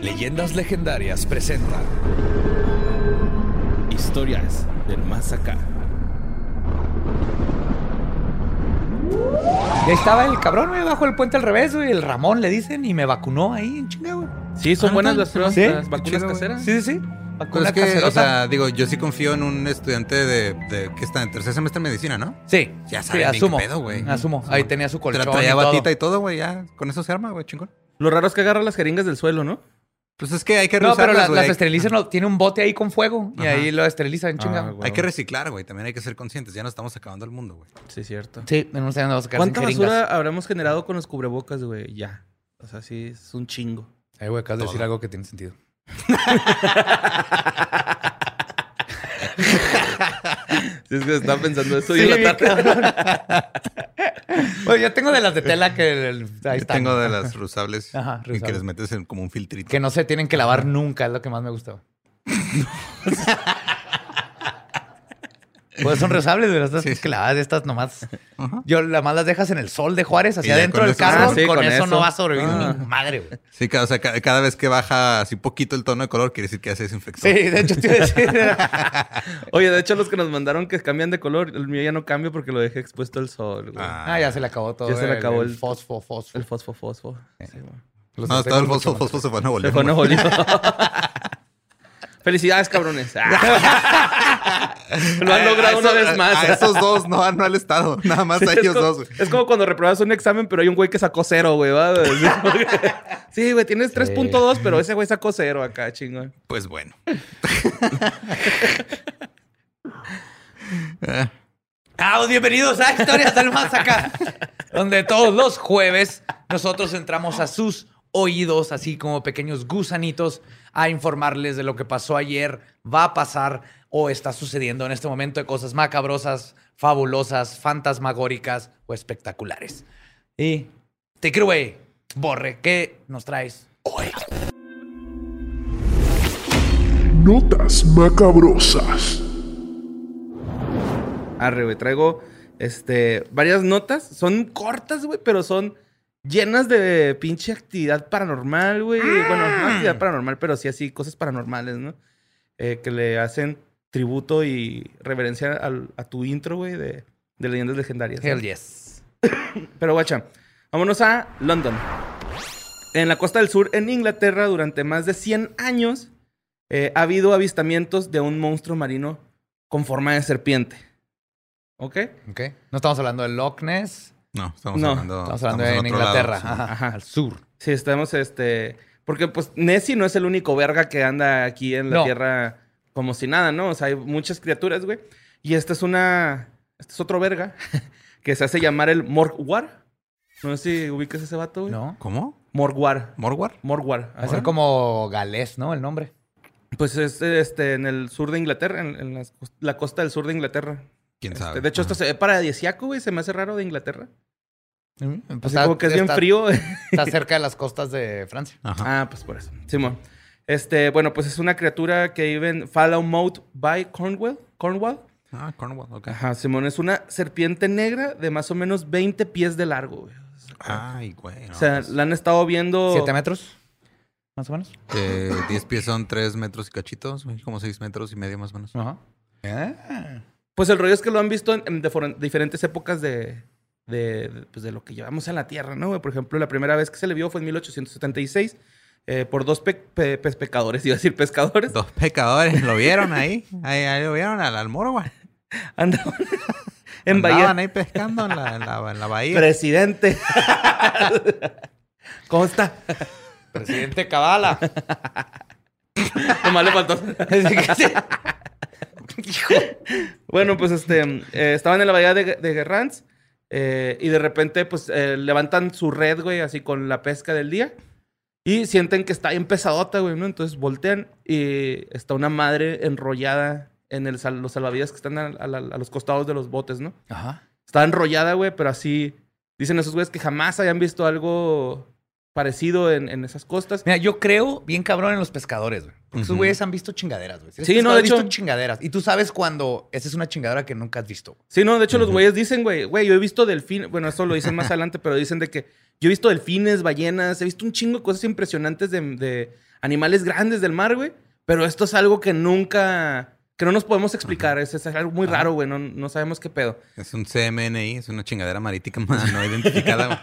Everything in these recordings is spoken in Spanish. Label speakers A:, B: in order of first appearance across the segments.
A: Leyendas Legendarias presenta Historias del Más Acá.
B: Y ahí estaba el cabrón, güey, bajo el puente al revés, güey. El Ramón le dicen y me vacunó ahí, en chinga, güey.
C: Sí, son
D: Ah,
C: buenas
D: neta,
C: las pruebas,
B: ¿Sí?
C: las vacunas
D: Qué chido, güey.
C: caseras.
B: Sí, sí, sí.
D: Pero
B: Vacuna
D: Pues es que, o
B: caserota.
D: sea, digo, yo sí confío en un estudiante de, de- que está en tercer semestre de medicina, ¿no?
B: Sí,
D: Ya
B: sí,
D: saben bien qué
B: asumo.
D: pedo, güey.
B: Asumo. Ahí tenía su colchón.
D: Tra- traía
B: y todo.
D: batita y todo, güey, ya. Con eso se arma, güey, chingón.
C: Lo raro es que agarra las jeringas del suelo, ¿no?
D: Pues es que hay que
B: No, pero
D: reusarlas,
B: la-
D: güey.
B: las esterilizan. no, tiene un bote ahí con fuego y
D: Ajá.
B: ahí lo esterilizan, chinga.
C: Ah, güey.
D: Hay que reciclar, güey. También hay que ser conscientes. Ya no estamos acabando el mundo, güey.
C: Sí, cierto.
B: Sí, en unos años nos vamos a quedar sin
C: ¿Cuánta
B: jeringas.
C: basura habremos generado con los cubrebocas, güey? Ya. O sea, sí, es un chingo.
B: Ay, güey, acabas de
D: Todo.
B: decir algo que tiene sentido.
C: Sí, es que estaba pensando eso
B: Sí,
C: y
B: bien, cabrón. Oye, yo tengo de las de tela que el- ahí
D: Yo
B: están.
D: tengo de las reusables
B: Ajá,
D: y que
B: reusables.
D: les metes en como un filtrito.
B: Que no se tienen que lavar nunca, es lo que más me gustó. pues son rezables, pero estas
D: Sí.
B: que lavas, estas nomás.
D: Ajá.
B: Yo la más las dejas en el sol de Juárez,
D: Y
B: hacia
D: ya
B: adentro
D: con
B: del
D: eso-
B: carro.
C: Ah, sí,
B: con,
C: con
B: eso,
C: eso.
B: no va a sobrevivir
C: Ah.
B: ni madre, güey.
D: Sí, ca- o sea, ca- cada vez que baja así poquito el tono de color, quiere decir que ya se desinfectó.
B: Sí, de hecho, te iba a decir.
C: Oye, de hecho, los que nos mandaron que cambian de color, el mío ya no cambio porque lo dejé expuesto al sol, güey.
D: Ah,
B: Ah, ya se le acabó todo.
C: Ya se le acabó el-
B: fosfo, fosfo.
C: El fosfo, fosfo.
D: Eh,
C: Sí, güey.
B: Los
D: No, estaba el
B: aztecas
D: fosfo,
B: mucho más.
D: fosfo se van a volver.
C: Se fue a Nuevo León. Felicidades, cabrones. Ah. Lo han logrado una vez más. ¿eh?
D: A esos dos, no, no al Estado. Nada más
C: Sí,
D: a
C: es
D: ellos
C: como-
D: dos, güey.
C: Es como cuando reprobas un examen, pero hay un güey que sacó cero, güey. ¿va? Así como que- Sí, güey, tienes 3.2, pero ese güey sacó cero acá, chingón.
D: Pues bueno. Ah,
B: Ah, pues bienvenidos a Historias del Más Acá, donde todos los jueves nosotros entramos a sus oídos, así como pequeños gusanitos, a informarles de lo que pasó ayer, va a pasar o está sucediendo en este momento de cosas macabrosas, fabulosas, fantasmagóricas o espectaculares. Y te creo, güey, Borre, ¿qué nos traes?
E: Notas macabrosas.
C: Arre, güey, traigo este, varias notas. Son cortas, güey, pero son llenas de pinche actividad paranormal, güey.
D: Ah.
C: Bueno, no actividad paranormal, pero sí así, cosas paranormales, ¿no? Eh, que le hacen tributo y reverencia al- a tu intro, güey, de, de leyendas legendarias. ¿no?
B: Hell yes.
C: Pero guacha, vámonos a London. En la costa del sur, en Inglaterra, durante más de 100 años, eh, ha habido avistamientos de un monstruo marino con forma de serpiente. ¿Ok?
B: Ok. No estamos hablando de Loch Ness,
D: No, estamos
C: No,
D: hablando.
B: estamos hablando
D: estamos
B: en
D: otro lado,
B: Inglaterra,
D: sí.
B: ajá,
C: Ajá.
B: al sur.
C: Sí, estamos este... Porque pues Nessie no es el único verga que anda aquí en la
B: No.
C: tierra como si nada, ¿no? O sea, hay muchas criaturas, güey. Y esta es una... Este es otro verga que se hace llamar el Morgwar. No sé si ubicas ese vato, güey.
B: ¿No?
D: ¿Cómo?
C: Morgwar.
D: ¿Morwar?
C: Morgwar.
B: Va a ser
C: ajá.
B: como galés, ¿no? El nombre.
C: Pues es este, en el sur de Inglaterra, en, en las cos- la costa del sur de Inglaterra.
D: ¿Quién
C: Este,
D: sabe?
C: de hecho, esto se ve paradisiaco, güey. Se me hace raro de Inglaterra.
B: Pues
C: Así como que es bien frío.
B: Está cerca de las costas de Francia.
D: Ajá.
C: ah, pues por eso. Simón. Este, bueno, pues es una criatura que vive en Fallowmouth by Cornwall. Cornwall.
D: Ah, Cornwall, ok.
C: Ajá, Simón. Es una serpiente negra de más o menos 20 pies de largo, güey.
D: Ay, güey. Ah, no,
C: o sea,
D: pues,
C: la han estado viendo...
B: ¿Siete metros? Más o menos.
D: eh, 10 pies son 3 metros y cachitos, güey, como 6 metros y medio más o menos.
B: Ajá.
C: Pues el rollo es que lo han visto en, en defor- diferentes épocas de, de- de, pues, de lo que llevamos a la Tierra, ¿no? güey? Por ejemplo, la primera vez que se le vio fue en 1876 eh, por dos pe- pe- pe- pescadores, iba a decir pescadores.
D: Dos pecadores, ¿lo vieron ahí? Ahí, ahí lo vieron al almoro, güey.
C: Andaban en
D: Andaban
C: Bahía.
D: ahí pescando en la, en la, en la bahía.
C: Presidente. ¿Cómo está?
B: Presidente Cabala.
C: Nomás le faltó.
B: Así que sí.
C: Bueno, pues este, eh, estaban en la bahía de, de Guerrans eh, y de repente pues eh, levantan su red, güey, así con la pesca del día y sienten que está bien pesadota, güey, ¿no? Entonces voltean y está una madre enrollada en el sal- los salvavidas que están a, a la- a los costados de los botes, ¿no?
B: Ajá.
C: Está enrollada, güey, pero así dicen esos güeyes que jamás hayan visto algo parecido en, en esas costas.
B: Mira, yo creo bien cabrón en los pescadores, güey. Porque esos
D: Ujú.
B: güeyes han visto chingaderas, güey. Si eres
C: Sí, no,
B: pescador,
C: de
B: has visto
C: hecho-
B: chingaderas. Y tú sabes cuando esa es una chingadera que nunca has visto.
C: Sí, no, de hecho los güeyes dicen, güey, güey, yo he visto delfines, bueno, eso lo dicen más adelante, pero dicen de que yo he visto delfines, ballenas, he visto un chingo de cosas impresionantes de, de animales grandes del mar, güey, pero esto es algo que nunca, que no nos podemos explicar, es, es algo muy raro, güey, no, no sabemos qué pedo.
D: Es un CMNI, es una chingadera marítima no identificada. güey.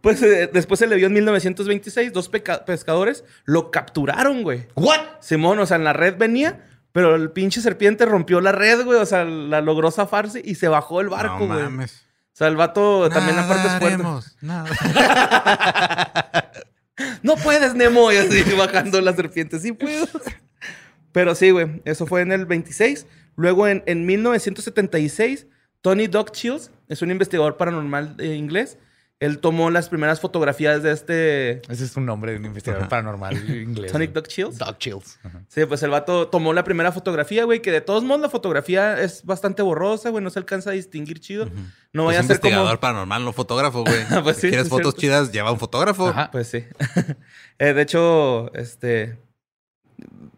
C: Pues eh, después se le vio en 1926, dos peca- pescadores lo capturaron, güey.
B: ¿What?
C: Simón, o sea, en la red venía, pero el pinche serpiente rompió la red, güey, o sea, la logró zafarse y se bajó el barco,
D: no
C: güey. o
D: mames.
C: sea, el vato también aparte es fuerte.
D: Nadaremos, nada.
C: No puedes, Nemo. Y así bajando la serpiente. Sí puedo. Pero sí, güey. Eso fue en el 26. Luego, en, en 1976, Tony Doc Chills es un investigador paranormal eh, inglés. Él tomó las primeras fotografías de este...
B: Ese es un nombre de un investigador paranormal inglés.
C: Sonic
B: güey.
C: Doc Chills.
B: Dog Chills. Ajá.
C: Sí, pues el vato tomó la primera fotografía, güey, que de todos modos la fotografía es bastante borrosa, güey, no se alcanza a distinguir chido. No
D: Es
C: vaya a ser como...
D: investigador paranormal, no fotógrafo, güey.
C: Pues
D: si
C: sí,
D: quieres
C: es
D: fotos
C: cierto.
D: chidas, lleva un fotógrafo.
B: Ajá.
C: Pues sí. Eh, de hecho, este.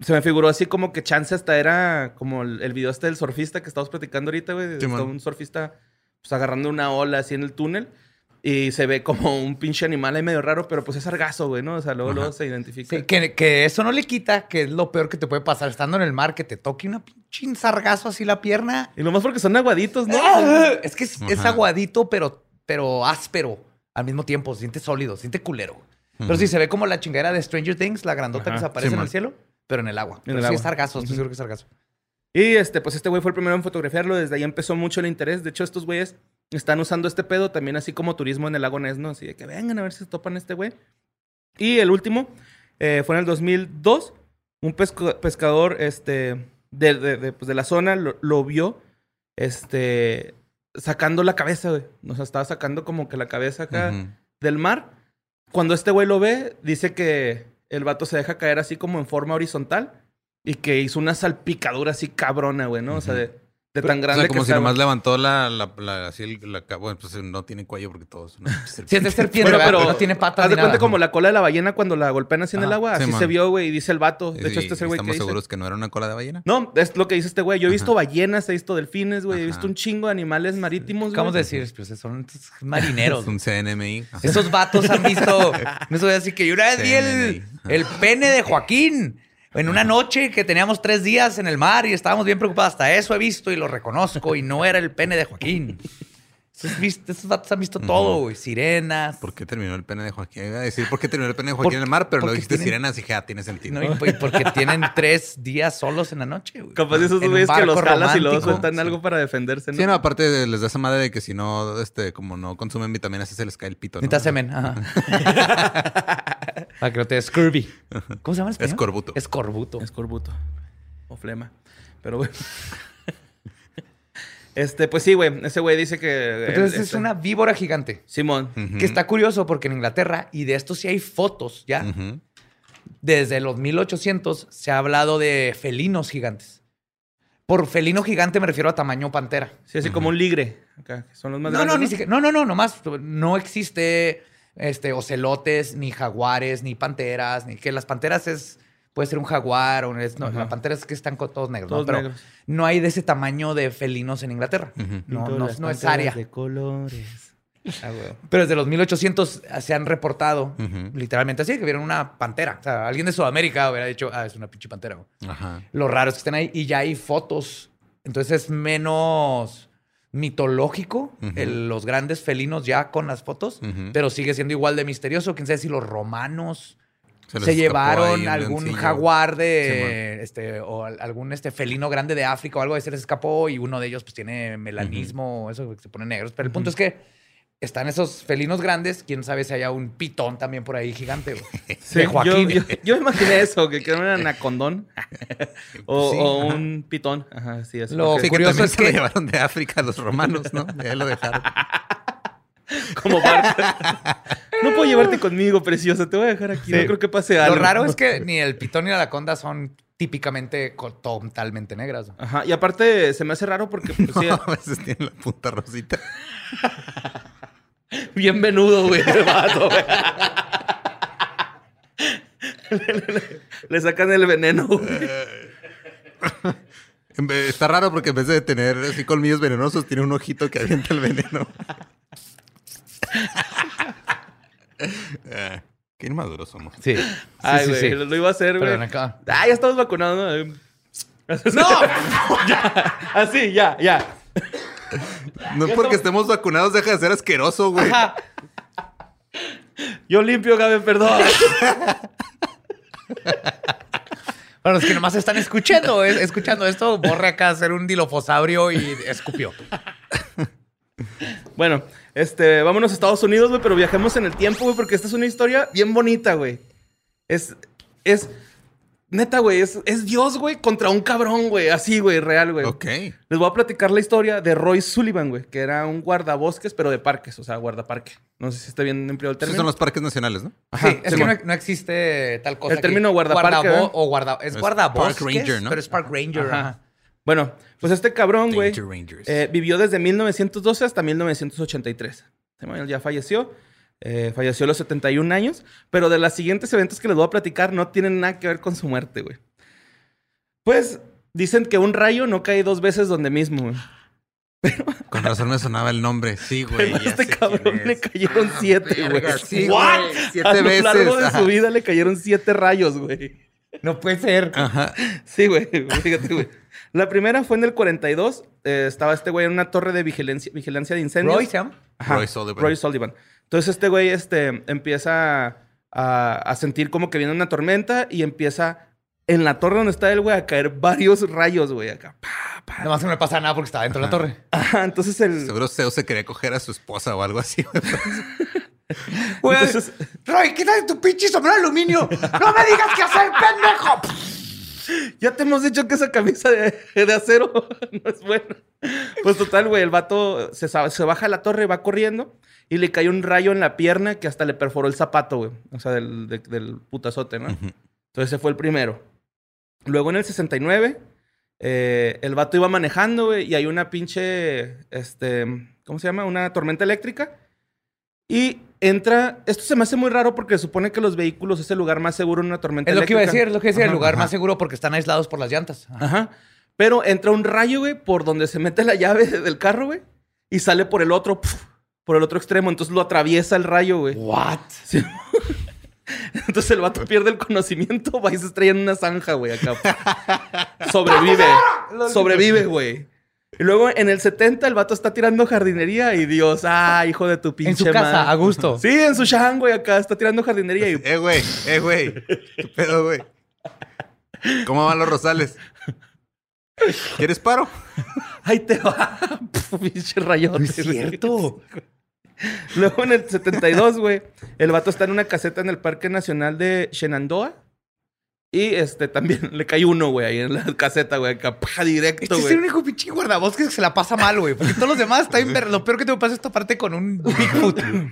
C: Se me figuró así como que chance hasta era como el, el video este del surfista que estamos platicando ahorita, güey. Está
D: Simón.
C: un surfista pues, agarrando una ola así en el túnel y se ve como un pinche animal ahí medio raro, pero pues es sargazo, güey, ¿no? O sea, luego, luego se identifica.
B: Sí, que, que eso no le quita que es lo peor que te puede pasar estando en el mar, que te toque una pinche sargazo así la pierna.
C: Y lo más porque son aguaditos, ¿no?
B: ¡Ah! Es que es, es
D: Ajá.
B: aguadito, pero, pero áspero al mismo tiempo. Se siente sólido, se siente culero. Pero sí, se ve como la chingadera de Stranger Things, la grandota
C: Ajá.
B: que se aparece
D: Sí,
B: en
D: man.
B: el cielo, pero en el agua. pero
C: el
B: sí
C: agua.
B: es sargazo, estoy seguro que es sargazo.
C: Y este, pues este güey fue el primero en fotografiarlo, desde ahí empezó mucho el interés. De hecho, estos güeyes están usando este pedo también así como turismo en el lago Ness, ¿no? Así de que vengan a ver si se topan este güey. Y el último eh, fue en el 2002. Un pesco- pescador este, de, de- de, pues, de la zona lo, lo vio este, sacando la cabeza, güey. O sea, estaba sacando como que la cabeza acá
D: Ujú.
C: del mar. Cuando este güey lo ve, dice que el vato se deja caer así como en forma horizontal y que hizo una salpicadura así cabrona, güey, ¿no? O sea, de, de tan
D: O
C: grande
D: sea, como
C: que
D: si
C: estaba.
D: nomás levantó la, la, la- así el- la, ca- bueno, pues no tiene cuello porque todos son una
B: Sí, es de serpiente,
C: Bueno,
B: ¿verdad?
C: pero
B: no tiene patas
C: Haz
B: ni
C: de cuenta
B: nada.
C: como la cola de la ballena cuando la golpean así en el
B: Ajá.
C: agua. Así
D: Simón.
C: se vio, güey, y dice el vato. De hecho,
D: Y
C: este es el güey que
D: Estamos
C: dice.
D: seguros que no era una cola de ballena.
C: No, es lo que dice este güey. Yo he visto ballenas, he visto delfines, güey. He
D: Ajá.
C: visto un chingo de animales marítimos,
B: Acabamos de
C: güey.
B: decir, pues, son estos marineros.
D: Es un CNMI. Ajá.
B: Esos vatos han visto. No soy así que yo una vez vi el, el pene de Joaquín en una noche que teníamos tres días en el mar y estábamos bien preocupados. Hasta eso he visto y lo reconozco y no era el pene de Joaquín. Esos, vis- esos vatos han visto todo, güey. Sirenas.
D: ¿Por qué terminó el pene de Joaquín? Iba a decir por qué terminó el pene de Joaquín en el mar, pero lo
B: porque
D: dijiste
B: tienen-
D: sirenas y dije, ah, tiene sentido.
B: No, y, pues, y porque tienen tres días solos en la noche, güey.
C: Capaz de esos
B: En un
C: güeyes que los
B: barco
C: jalas y luego
B: romántico.
C: sueltan algo para defenderse, ¿no?
D: Sí, no, aparte de- les da esa madre de que si no, este, como no consumen vitaminas, se les cae el pito. ¿no?
B: Necesitas semen. Ajá. Para que no te des scurvy. ¿Cómo se llama en español?
D: Escorbuto.
B: Escorbuto.
C: Escorbuto. O flema. Pero bueno. este, pues sí, güey. Ese güey dice que.
B: Entonces
C: el-
B: es
C: este-
B: una víbora gigante.
C: Simón.
D: Ujú.
B: Que está curioso porque en Inglaterra, y de esto sí hay fotos ya,
D: Ujú.
B: desde los 1800 se ha hablado de felinos gigantes. Por felino gigante me refiero a tamaño pantera.
C: Sí, así como un ligre. Acá, que son los más
B: No,
C: grandes,
B: no, ni siquiera. No, no, no, nomás no existe este, ocelotes, ni jaguares, ni panteras, ni que las panteras es. Puede ser un jaguar o un- es, no,
C: Ajá.
B: la pantera es que están co- todos negros, ¿no?
C: Todos
B: Pero
C: negros.
B: no hay de ese tamaño de felinos en Inglaterra.
D: Ujú.
B: No,
C: Pinto
B: no,
C: las
B: no es
C: panteras
B: área.
C: De colores. Ah, güey.
B: Pero desde los 1800 se han reportado,
D: Ujú.
B: literalmente así, que vieron una pantera. O sea, alguien de Sudamérica hubiera dicho, ah, es una pinche pantera. güey".
D: Ajá.
B: Lo raro es que estén ahí y ya hay fotos. Entonces es menos mitológico
D: Ujú.
B: el- los grandes felinos ya con las fotos,
D: Ujú.
B: pero sigue siendo igual de misterioso. Quién sabe si los romanos se,
D: les escapó ahí
B: llevaron
D: un
B: algún
D: leoncillo.
B: jaguar
D: Sí,
B: de este o al- algún este felino grande de África o algo así se les escapó y uno de ellos pues tiene melanismo o eso que se pone negros pero el punto es que están esos felinos grandes. Quién sabe si haya un pitón también por ahí gigante. güey.
C: Sí,
B: de
C: yo-
B: Joaquín.
C: Yo, yo me imaginé eso, que, que era un anacondón o,
D: Sí,
C: o
D: ajá.
C: un pitón. Ajá, sí, eso.
B: Lo-
D: Sí, que
B: curioso
D: también
B: es
D: se lo
B: que-
D: llevaron de África los romanos, ¿no? De ahí lo dejaron.
C: Como parte. no puedo llevarte conmigo, preciosa. Te voy a dejar aquí. No creo que pase algo.
B: Lo raro es que ni el pitón ni la anaconda son típicamente co- totalmente negras. güey.
C: Ajá, y aparte se me hace raro porque pues, sí,
D: a veces tiene la punta rosita.
C: bien venudo, güey, el vato, güey. Le sacan el veneno, güey.
D: En vez- Em, eh, Está raro porque en vez de tener así colmillos venenosos, tiene un ojito que avienta el veneno. Eh, Qué inmaduros somos.
B: Sí.
C: Ay,
B: sí,
C: güey,
B: sí.
C: lo, lo iba a hacer, güey.
B: Perdón, acá.
C: Ah, ya estamos vacunados, ¿no? ¡No! Así, ya, ya.
D: No es porque estemos vacunados, deja de ser asqueroso, güey.
C: Yo limpio, Gabe, perdón.
B: Para los que nomás están escuchando, es- escuchando esto, borre acá hacer un dilofosaurio y escupió.
C: Bueno, este, vámonos a Estados Unidos, güey, pero viajemos en el tiempo, güey, porque esta es una historia bien bonita, güey. Es, es, neta, güey, es, es Dios, güey, contra un cabrón, güey, así, güey, real, güey.
D: Ok.
C: Les voy a platicar la historia de Roy Sullivan, güey, que era un guardabosques, pero de parques, o sea, guardaparque. No sé si está bien empleado el
D: Esos
C: término.
D: son los parques nacionales, ¿no?
C: Ajá,
B: sí, es que
C: Simón.
B: no, no existe tal cosa.
C: El término guardaparque,
B: guardabo-
C: ¿verdad?
B: o guarda, es,
D: Es
B: guardabosques,
D: park ranger, ¿no?
B: pero es park ranger.
C: Ajá.
B: ajá.
C: Bueno, pues este cabrón, güey,
D: Danger Rangers.
C: eh, vivió desde 1912 hasta 1983. Simón, Él Este ya falleció. eh, falleció a los 71 años, pero de los siguientes eventos que les voy a platicar no tienen nada que ver con su muerte, güey. Pues dicen que un rayo no cae dos veces donde mismo, güey.
D: Con razón me sonaba el nombre. Sí, güey.
C: Pero a
D: ya
C: este
D: sé
C: cabrón
D: quién
C: le
D: es. Ah,
C: cayeron siete, güey.
D: Verga, sí, güey.
C: ¿What?
D: Siete
C: a lo
D: veces.
C: largo de
D: Ajá.
C: su vida le cayeron siete rayos, güey.
B: No puede ser.
D: Ajá.
C: Sí, güey. Fíjate, güey. La primera fue en el 42. eh, estaba este güey en una torre de vigilancia, vigilancia de incendios.
B: Roy, ¿se llama?
C: Ajá,
D: Roy Sullivan.
C: Roy Sullivan. Entonces este güey este, empieza a, a sentir como que viene una tormenta y empieza en la torre donde está él, güey, a caer varios rayos, güey, acá.
B: Nomás no me pasa nada porque estaba dentro de la torre.
C: Ajá, entonces el...
D: Seguro Zeus se quería coger a su esposa o algo así. güey.
B: Güey,
C: Entonces-
B: Roy, quítate tu pinche sombrero de aluminio. No me digas que hacer, pendejo.
C: Ya te hemos dicho que esa camisa de, de acero no es buena. Pues total, güey, el vato se, sa- se baja a la torre, va corriendo y le cae un rayo en la pierna que hasta le perforó el zapato, güey. O sea, del, de- del putazote, ¿no? Entonces ese fue el primero. Luego en el 69, eh, el vato iba manejando, güey, y hay una pinche, este, ¿cómo se llama? Una tormenta eléctrica. Y entra, esto se me hace muy raro porque supone que los vehículos es el lugar más seguro en una tormenta
B: Es lo que iba
C: eléctrica.
B: a decir, es lo que iba a decir, el
D: Ajá,
B: lugar
D: ajá.
B: más seguro porque están aislados por las llantas. Ajá.
C: Ajá. Pero entra un rayo, güey, por donde se mete la llave del carro, güey. Y sale por el otro, pf, por el otro extremo. Entonces lo atraviesa el rayo, güey.
B: What?
C: Sí. Entonces el vato pierde el conocimiento, va y se estrella en una zanja, güey, acá. Sobrevive. Sobrevive, güey. Y luego en el 70 el vato está tirando jardinería y Dios, ah, hijo de tu pinche
B: En su casa,
C: madre.
B: a gusto. Pues
C: Sí, en su shang, güey, acá está tirando jardinería y
D: eh, güey. Eh, güey. ¿Qué pedo, güey? ¿Cómo van los rosales? ¿Quieres paro?
C: ahí te va, Pf, pinche rayote.
B: Es
C: güey.
B: cierto.
C: Luego en el 72, güey, el vato está en una caseta en el Parque Nacional de Shenandoah. Y este también le cae uno, güey, ahí en la caseta, güey, acá, pa,
B: Este
C: directo,
B: es
C: güey.
B: el único pinche guardabosques que se la pasa mal, güey. Porque todos los demás está bien ver- Lo peor que te pasa es toparte con un Bigfoot. güey.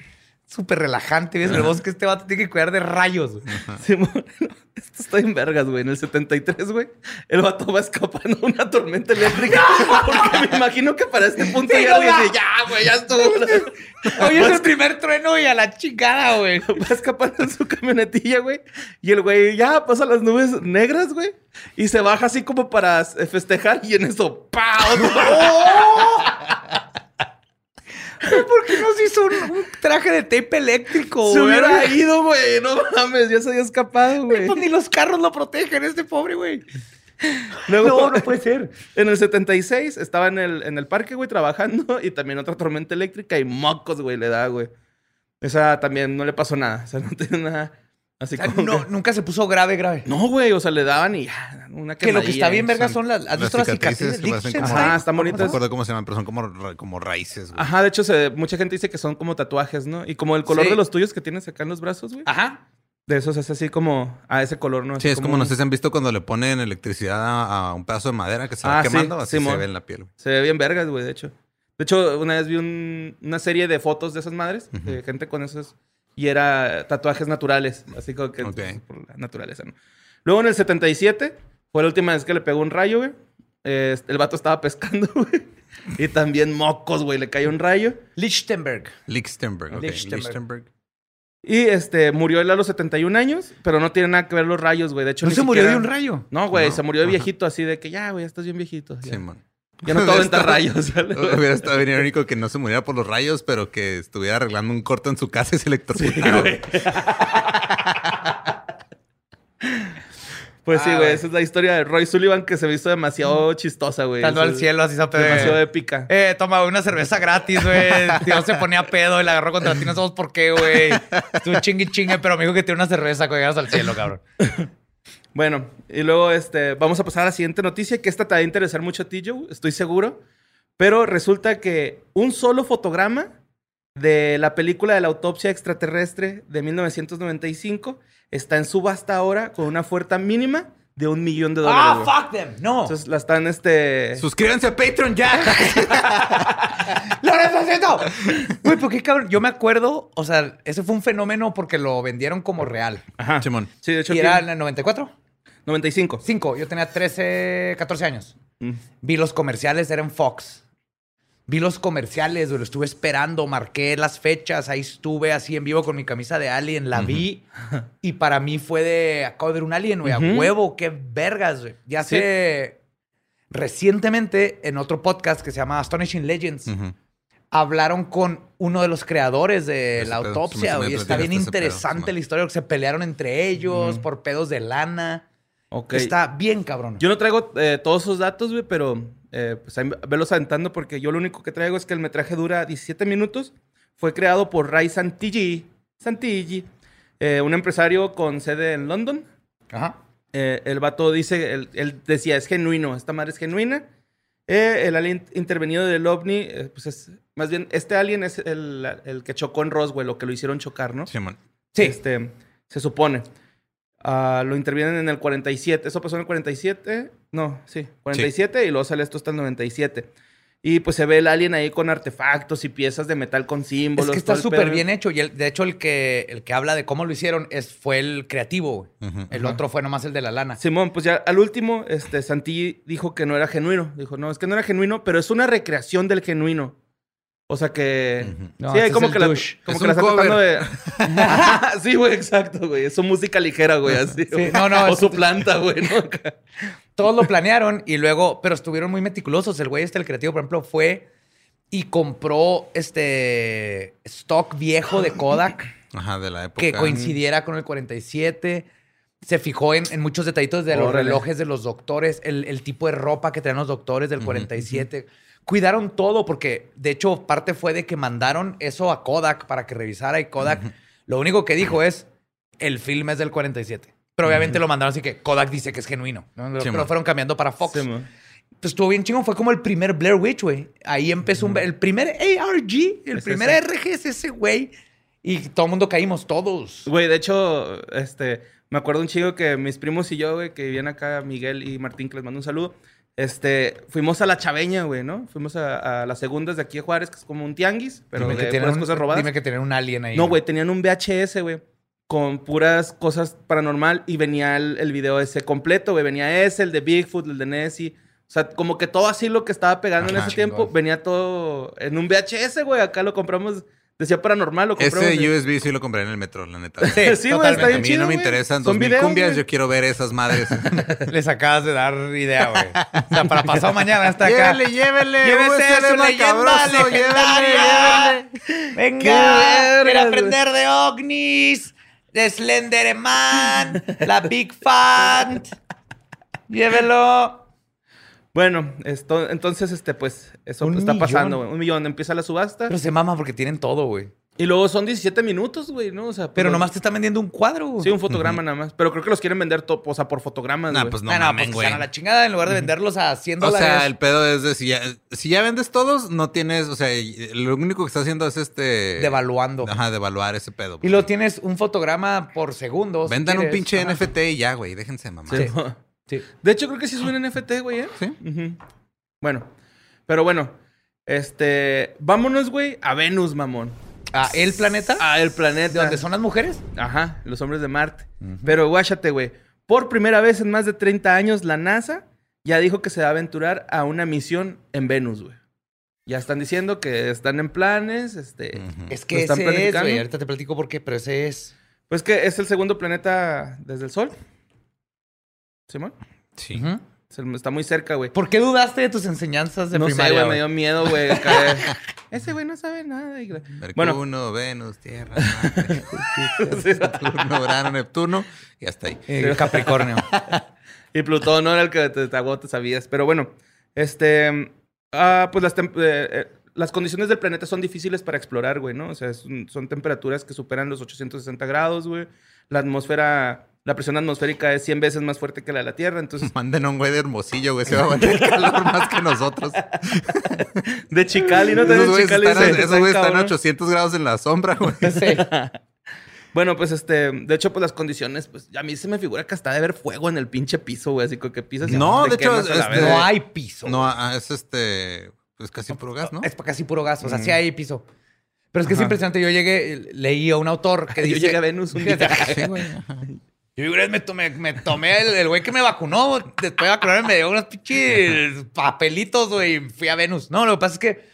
B: Súper relajante. Ves el bosque, este vato tiene que cuidar de rayos. güey.
C: Ah. Simón, esto está en vergas, güey. En el 73, güey, el vato va escapando de una tormenta eléctrica. Porque me imagino que para este punto
B: Sí,
C: ya
B: no,
C: alguien
B: ya.
C: dice, ya, güey, ya estuvo.
B: Hoy es el primer trueno y a la chingada, güey.
C: va escapando en su camionetilla, güey. Y el güey ya pasa las nubes negras, güey. Y se baja así como para eh, festejar. Y en eso, ¡pa!
B: ¿Por qué nos hizo un, un traje de tape eléctrico,
C: Se
B: güey?
C: hubiera ido, güey. No mames, ya se había escapado, güey.
B: Pues ni los carros lo protegen, este pobre, güey.
C: Luego,
B: puede ser.
C: en el 76 estaba en el, en el parque, güey, trabajando y también otra tormenta eléctrica y mocos, güey, le da, güey. Esa también no le pasó nada. O sea, no tiene nada. Así
B: O sea,
C: como
B: no,
C: que-
B: nunca se puso grave, grave.
C: no, güey, o sea, le daban y ya, una
B: que lo que está
C: quemadilla,
B: bien,
C: ¿no?
B: verga,
C: Son-
B: son las. ¿Has
D: Las
B: visto las
D: cicatrices
B: cicatrices de
D: que parecen como-
B: Liechtenstein?
C: Ajá, están
D: No me
C: bonitas.
D: acuerdo cómo se llaman, pero son como, ra- como raíces, güey.
C: Ajá, de hecho, se- mucha gente dice que son como tatuajes, ¿no? Y como el color
B: Sí.
C: de los tuyos que tienes acá en los brazos, güey.
B: Ajá.
C: De esos es así como a ese color, ¿no? Así
D: Ah. Sí, es como, no
C: un-
D: sé si han visto cuando le ponen electricidad a, a un pedazo de madera que se va
C: Ah, sí,
D: quemando, así se
C: Simón.
D: ve en la piel. güey.
C: Se ve bien vergas, güey, de hecho. De hecho, una vez vi un- una serie de fotos de esas madres, de gente con esos, y era tatuajes naturales, así como que pues,
D: Ok.
C: por la naturaleza, ¿no? Luego en el 77, fue la última vez que le pegó un rayo, güey. Eh, el vato estaba pescando, güey. Y también mocos, güey, le cayó un rayo.
B: Lichtenberg.
D: Lichtenberg, ok.
B: Lichtenberg.
D: Lichtenberg.
C: Y este, murió él a los 71 años, pero no tiene nada que ver los rayos, güey. De hecho,
B: No
C: ni
B: se murió
C: siquiera-
B: de un rayo.
C: No, güey,
D: No,
C: se murió de
D: ajá.
C: viejito, así de que ya, güey, ya estás bien viejito. Ya,
D: Simón.
C: Ya no te
D: Hubiera
C: aventas
D: estado-
C: rayos. ya le-
D: Hubiera estado bien irónico que no se muriera por los rayos, pero que estuviera arreglando un corto en su casa y se electrocutara. güey.
C: Pues sí,
B: Ah,
C: güey,
B: güey.
C: esa es la historia de Roy Sullivan que se me hizo demasiado chistosa, güey.
B: Saltó
C: Eso
B: al
C: es
B: cielo, así se
C: Demasiado
B: pedo.
C: épica.
B: Eh, toma una cerveza gratis, güey. El Tío se ponía pedo y la agarró contra ti. No sabemos por qué, güey. Estuvo chingue chingue, pero me dijo que tiene una cerveza cuando llegas al cielo, cabrón.
C: Bueno, y luego este, vamos a pasar a la siguiente noticia, que esta te va a interesar mucho a ti, Joe, estoy seguro. Pero resulta que un solo fotograma de la película de la autopsia extraterrestre de 1995 está en subasta ahora con una oferta mínima de un millón de dólares.
B: ¡Ah,
C: güey.
B: fuck them! No.
C: Entonces la están este.
D: Suscríbanse a Patreon ya.
B: ¡Lo necesito! Güey, ¿por qué, cabrón? Yo me acuerdo, o sea, ese fue un fenómeno porque lo vendieron como real.
C: Ajá.
D: Simón.
C: Sí, de hecho.
B: ¿Y era
C: tiene-
B: en el 94?
C: 95.
B: 5. Yo tenía 13, 14 años.
C: Mm.
B: Vi los comerciales, era en Fox. Vi los comerciales, güey, lo estuve esperando, marqué las fechas, ahí estuve así en vivo con mi camisa de Alien, la vi. Y para mí fue de, acabo de ver un Alien, güey, a
C: Ujú.
B: huevo, qué vergas, güey. Ya
C: Sí.
B: sé, recientemente en otro podcast que se llama Astonishing Legends,
D: Ujú.
B: hablaron con uno de los creadores de
D: Ese
B: la
D: pedo, se
B: autopsia,
D: me- se me
B: güey. Está bien
D: platicaste ese pedo,
B: interesante
D: Simón.
B: la historia, que se pelearon entre ellos por pedos de lana.
C: Ok.
B: Está bien, cabrón.
C: Yo no traigo eh, todos esos datos, güey, pero eh, pues ahí velos aventando porque yo lo único que traigo es que el metraje dura 17 minutos. Fue creado por Ray Santilli, Santilli eh, un empresario con sede en London.
B: Ajá.
C: Eh, el vato dice, él, él decía, es genuino, esta madre es genuina. Eh, el alien intervenido del ovni, eh, pues es, más bien, este alien es el, el que chocó en Roswell, o que lo hicieron chocar, ¿no?
D: Simón.
B: Sí.
C: Este, se supone. Ah, lo intervienen en el 47. Eso pasó en el 47. No, sí, 47 y luego sale esto hasta el 97. Y pues se ve el alien ahí con artefactos y piezas de metal con
B: Es
C: símbolos.
B: que está
C: todo el
B: súper
C: pedo.
B: bien hecho. Y el- de hecho, el que, el que habla de cómo lo hicieron es, fue el creativo. güey.
D: Ujú.
B: El
C: Ajá.
B: otro fue nomás el de la lana.
C: Simón, pues ya al último, este, Santilli dijo que no era genuino. Dijo, no, es que no era genuino, pero es una recreación del genuino. O sea que...
D: Ujú.
B: No,
C: sí,
B: este
C: ahí
B: es
C: como
B: el
C: que la, como
B: douche.
D: Es
C: que la
D: un
C: está tratando de... sí, güey, exacto, güey. Es su música ligera, güey, así. güey.
B: no, no, este
C: o
B: es-
C: su planta, güey, ¿no?
B: Todos lo planearon y luego, pero estuvieron muy meticulosos. El güey este, el creativo, por ejemplo, fue y compró este stock viejo de Kodak.
D: Ajá, de la época.
B: que coincidiera con el 47. Se fijó en, en muchos detallitos de los
C: Órale.
B: relojes de los doctores, el, el tipo de ropa que tenían los doctores del 47. Cuidaron todo porque, de hecho, parte fue de que mandaron eso a Kodak para que revisara y Kodak lo único que dijo es, el film es del 47. Pero obviamente lo mandaron así que Kodak dice que es genuino. ¿no? Lo-
D: Sí,
B: pero
D: man.
B: fueron cambiando para Fox.
C: Simón.
B: Pues estuvo bien chingón. Fue como el primer Blair Witch, güey. Ahí empezó un- el primer ARG, el
C: Es
B: primer
C: ese.
B: RG es ese, güey. Y todo el mundo caímos, todos.
C: Güey, de hecho, este, me acuerdo un chico que mis primos y yo, güey, que vivían acá, Miguel y Martín, que les mando un saludo. Este, fuimos a la Chaveña, güey, ¿no? Fuimos a, a las segundas de aquí de Juárez, que es como un tianguis, pero de
B: tienen
C: puras
B: un-
C: cosas robadas.
B: Dime que tienen un alien ahí.
C: No, güey, tenían un VHS, güey, con puras cosas paranormal y venía el, el video ese completo, güey. Venía ese, el de Bigfoot, el de Nessie. O sea, como que todo así lo que estaba pegando en
D: Ajá,
C: ese
B: chingón.
C: tiempo venía todo en un VHS, güey. Acá lo compramos, decía paranormal, lo compramos.
D: Ese
C: en-
D: USB sí lo compré en el metro, la neta.
B: Sí,
C: Sí, güey, está
D: A
C: bien
D: mí
C: chido,
D: no me
C: güey.
D: interesan
C: Son
D: dos mil
C: videos,
D: cumbias,
C: güey.
D: yo quiero ver esas madres.
B: Les acabas de dar idea, güey. O sea, para pasado mañana hasta acá.
D: llévele,
B: Llévese su leyenda legendaria. Venga,
C: vergas,
B: quiero
C: güey.
B: aprender de ovnis, de Slenderman, la Big Fat. Llévelo.
C: Bueno, esto, entonces, este, pues, eso
B: Un
C: está
B: millón.
C: pasando, güey. Un millón. Empieza la subasta.
B: Pero se mama porque tienen todo, güey.
C: Y luego son 17 minutos, güey, ¿no? O sea,
B: Pero
C: pues,
B: nomás te están vendiendo un cuadro. güey.
C: Sí, un fotograma nada más. Pero creo que los quieren vender todo, o sea, por fotogramas,
D: Nah,
C: güey.
D: pues no,
B: Ah, no,
D: mamen,
B: pues que
D: güey.
B: sean a la chingada en lugar de venderlos a 100
D: O
B: dólares.
D: sea, el pedo es de si ya, si ya vendes todos, no tienes, o sea, y- lo único que está haciendo es este...
B: Devaluando.
D: Ajá, devaluar ese pedo.
B: Y lo tienes un fotograma por segundo. si
D: Vendan un
B: quieres.
D: pinche
B: Ajá.
D: NFT y ya, güey, déjense mamá.
C: Sí.
B: Sí.
C: De hecho, creo que sí es un NFT, güey, ¿eh?
D: ¿Sí?
C: Ujú. Bueno. Pero bueno. Este. Vámonos, güey, a Venus, mamón.
B: Ah, el planeta.
C: A el planeta.
B: ¿De dónde son las mujeres?
C: Ajá, los hombres de Marte. Pero guáchate, güey. Por primera vez en más de 30 años, la NASA ya dijo que se va a aventurar a una misión en Venus, güey. Ya están diciendo que están en planes, este...
D: Ujú.
B: Es
C: Lo
B: que
C: están
B: ese es,
C: platicando.
B: güey. Ahorita te platico por qué, pero ese es.
C: Pues que es el segundo planeta desde el Sol. Simón.
D: Sí.
B: Ujú.
C: Se- Está muy cerca, güey.
B: ¿Por qué dudaste de tus enseñanzas de
C: no sé,
B: primaria?
C: güey, me
B: güey?
C: dio miedo, güey. acá de- Ese güey no sabe nada. y- Bueno,
D: Mercurio, Venus, Tierra, Marte, Saturno, Urano, Neptuno y hasta ahí.
B: Eh, Capricornio.
C: Y Plutón no era el que te, te, hago- te sabías. Pero bueno, este. ah, pues las, tem- eh, eh, las condiciones del planeta son difíciles para explorar, güey, ¿no? O sea, es un- son temperaturas que superan los 860 grados, güey. La atmósfera. La presión atmosférica es 100 veces más fuerte que la de la Tierra. Entonces,
D: Manden a un güey de hermosillo, güey. Se va a aguantar el calor más que nosotros.
C: de Chicali, ¿no? También
D: Esos güeyes
C: Chicali
D: están,
C: se-
D: esos
C: están
D: güeyes están a
C: cabrón.
D: 800 grados en la sombra, güey.
B: Sí.
C: Bueno, pues este. De hecho, pues las condiciones, pues a mí se me figura que hasta de haber fuego en el pinche piso, güey. Así como que pisas. y
D: No,
C: te
D: de hecho,
C: quemas a la
D: este,
C: verga.
B: No hay piso.
D: No, ah, es este. Pues casi puro gas, ¿no?
B: Es para casi puro gas. O sea, sí hay piso. Pero es que es impresionante. Yo llegué, leí a un autor que
C: Yo
B: dice...
C: llegué a Venus un día.
B: Fíjate. Yo una vez me tomé, me tomé el, el güey que me vacunó. Después de vacunarme me dio unos pinches papelitos, güey. y Fui a Venus. No, lo que pasa es que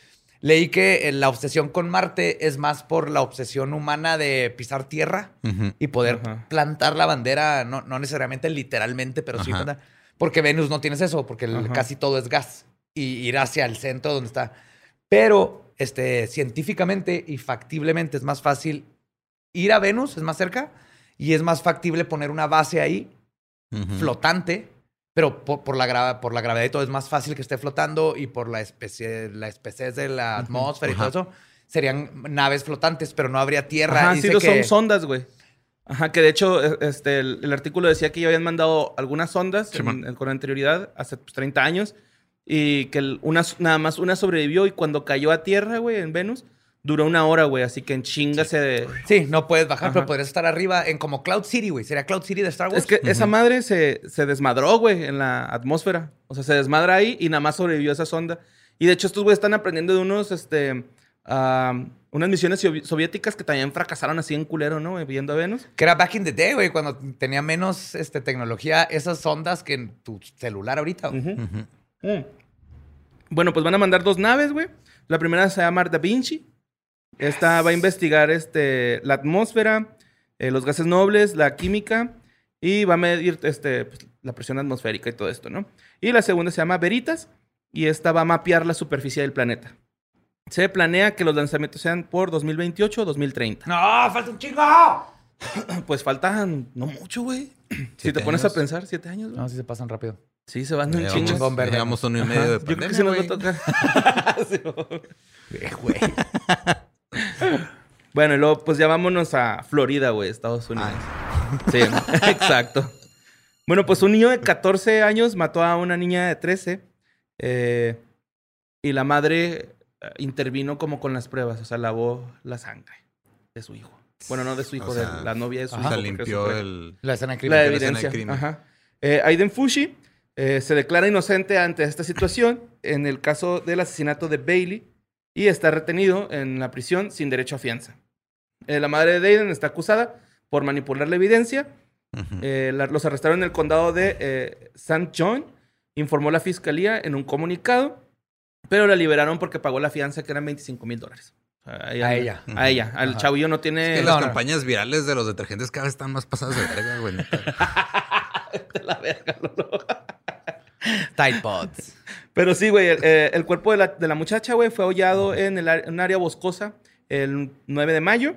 B: leí que eh, la obsesión con Marte es más por la obsesión humana de pisar tierra
D: Ujú.
B: y poder
C: Ajá.
B: plantar la bandera, no, no necesariamente literalmente, pero sí
D: Ajá.
B: plantar. Porque Venus no tienes eso, porque el-
C: Ajá.
B: casi todo es gas. Y ir hacia el centro donde está. Pero este, científicamente y factiblemente es más fácil ir a Venus, es más cerca, y es más factible poner una base ahí
D: Ujú.
B: flotante, pero po- por, la grava- por la gravedad y todo es más fácil que esté flotando y por la especie, la especie de la atmósfera
D: Ajá.
B: y todo eso, serían naves flotantes, pero no habría tierra.
C: Ajá,
B: Dice
C: sí, lo
B: que-
C: son sondas, güey. Ajá, que de hecho, e- este, el, el artículo decía que ya habían mandado algunas sondas en-
D: Simón.
C: en- con anterioridad, hace pues, 30 años, y que el- una, s- nada más una sobrevivió y cuando cayó a tierra, güey, en Venus, duró una hora, güey, así que en chinga se...
B: Sí, no puedes bajar,
C: Ajá.
B: pero podrías estar arriba en como Cloud City, güey. Sería Cloud City de Star Wars.
C: Es que esa madre se, se desmadró, güey, en la atmósfera. O sea, se desmadra ahí y nada más sobrevivió esa sonda. Y de hecho, estos güeyes están aprendiendo de unos, este... ah, unas misiones sovi- soviéticas que también fracasaron así en culero, ¿no? güey? Viendo a Venus.
B: Que era back in the day, güey, cuando tenía menos este, tecnología, esas ondas que en tu celular ahorita. güey.
C: Ujú.
D: Ujú.
C: Mm. Bueno, pues van a mandar dos naves, güey. La primera se llama Da Vinci. Esta va a investigar este, la atmósfera, eh, los gases nobles, la química y va a medir este, pues, la presión atmosférica y todo esto, ¿no? Y la segunda se llama Veritas y esta va a mapear la superficie del planeta. Se planea que los lanzamientos sean por 2028 o 2030.
B: ¡No! ¡Falta un chingo!
C: Pues faltan no mucho, güey. Si
D: Siete
C: te pones
D: años.
C: a pensar, siete años, güey.
B: No, sí se pasan rápido.
C: Sí, se van
D: Ya
C: un
D: llevamos-
C: chingo.
B: chingón verde.
D: Llevamos uno y medio de
C: Ajá. Yo creo que se nos va a
D: pandemia, güey.
C: tocar.
B: Eh, güey.
C: Bueno, y luego, pues ya vámonos a Florida, güey, Estados Unidos.
D: Ah.
C: Sí, exacto. Bueno, pues un niño de 14 años mató a una niña de 13 eh, y la madre eh, intervino como con las pruebas, o sea, lavó la sangre de su hijo. Bueno, no de su hijo,
D: O sea,
C: de la novia de su
D: O
C: hijo.
D: sea,
C: porque es
D: limpió
C: otra-
D: el.
B: La escena de crimen.
C: la
D: que no sea en el
C: evidencia.
D: crimen.
C: Ajá. Eh, Aiden Fushi eh, se declara inocente ante esta situación en el caso del asesinato de Bailey y está retenido en la prisión sin derecho a fianza. Eh, la madre de Aiden está acusada por manipular la evidencia.
D: Ujú.
C: Eh, la- los arrestaron en el condado de eh, San John, informó la fiscalía en un comunicado, pero la liberaron porque pagó la fianza que eran 25 mil dólares. A
B: A ella.
C: A ella. Al
B: Ajá.
C: chavillo no tiene...
D: Es que
B: no,
D: las
B: no.
D: campañas virales de los detergentes cada vez están más pasadas de verga, güey. neta.
B: Tide Pods.
C: Pero sí, güey, el, eh, el cuerpo de la, de la muchacha, güey, fue hollado en, el, ar- en un área boscosa el 9 de mayo.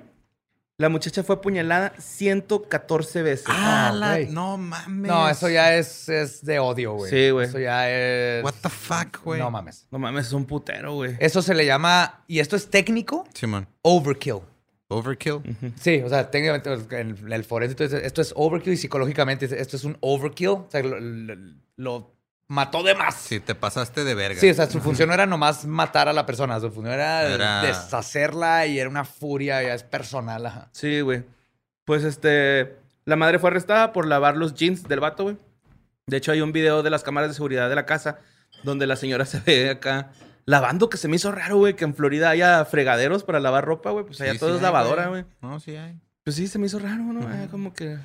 C: La muchacha fue apuñalada 114 veces.
D: Ah,
B: No,
D: la-
B: güey.
D: No mames.
B: No, eso ya es, es de odio, güey.
C: Sí, güey.
B: Eso ya es...
D: What the fuck, güey.
B: No mames.
D: Eh.
C: No mames, es un putero, güey.
B: Eso se le llama... Y esto es técnico.
D: Simón.
B: Overkill.
D: Overkill.
B: Sí, o sea, técnicamente pues, en el forense, entonces, esto es overkill y psicológicamente esto es un overkill. O sea, lo, lo- lo mató de más.
D: Si te pasaste de verga.
B: Sí, o sea, su función no era nomás matar a la persona, su función era,
D: Era-
B: deshacerla y era una furia, ya es personal. ajá.
C: Sí, güey. Pues este. La madre fue arrestada por lavar los jeans del vato, güey. De hecho, hay un video de las cámaras de seguridad de la casa donde la señora se ve acá lavando, que se me hizo raro, güey, que en Florida haya fregaderos para lavar ropa, güey. Pues allá
D: Sí,
C: todo
D: sí
C: es
D: hay,
C: lavadora, güey.
D: No, sí hay.
C: Pues sí, se me hizo raro, ¿no? Ah, como que.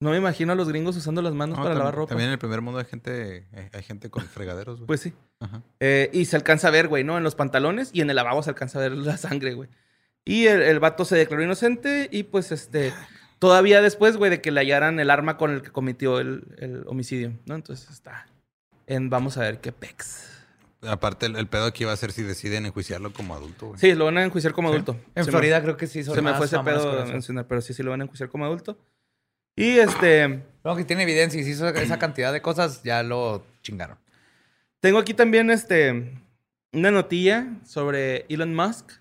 C: No me imagino a los gringos usando las manos
D: No,
C: para
D: tam-
C: lavar ropa.
D: También en el primer mundo hay gente, hay, hay gente con fregaderos, güey.
C: Pues sí.
D: Ajá.
C: Eh, y se alcanza a ver, güey, ¿no? En los pantalones y en el lavabo se alcanza a ver la sangre, güey. Y el, el vato se declaró inocente y pues este...
B: Ah,
C: Todavía después, güey, de que le hallaran el arma con el que cometió el, el homicidio, ¿no? Entonces está... En, vamos a ver qué pex.
D: Aparte, el, el pedo aquí va a ser si deciden enjuiciarlo como adulto, güey.
C: Sí, lo van a enjuiciar como adulto.
B: En
C: Se me-
B: Florida creo que sí. son
C: se me
B: más
C: fue ese
B: mamadas
C: pedo
B: con
C: de
B: eso.
C: mencionar, pero sí, sí lo van a enjuiciar como adulto. Y este...
B: No, que tiene evidencia y si hizo esa cantidad de cosas, ya lo chingaron.
C: Tengo aquí también este, una notilla sobre Elon Musk,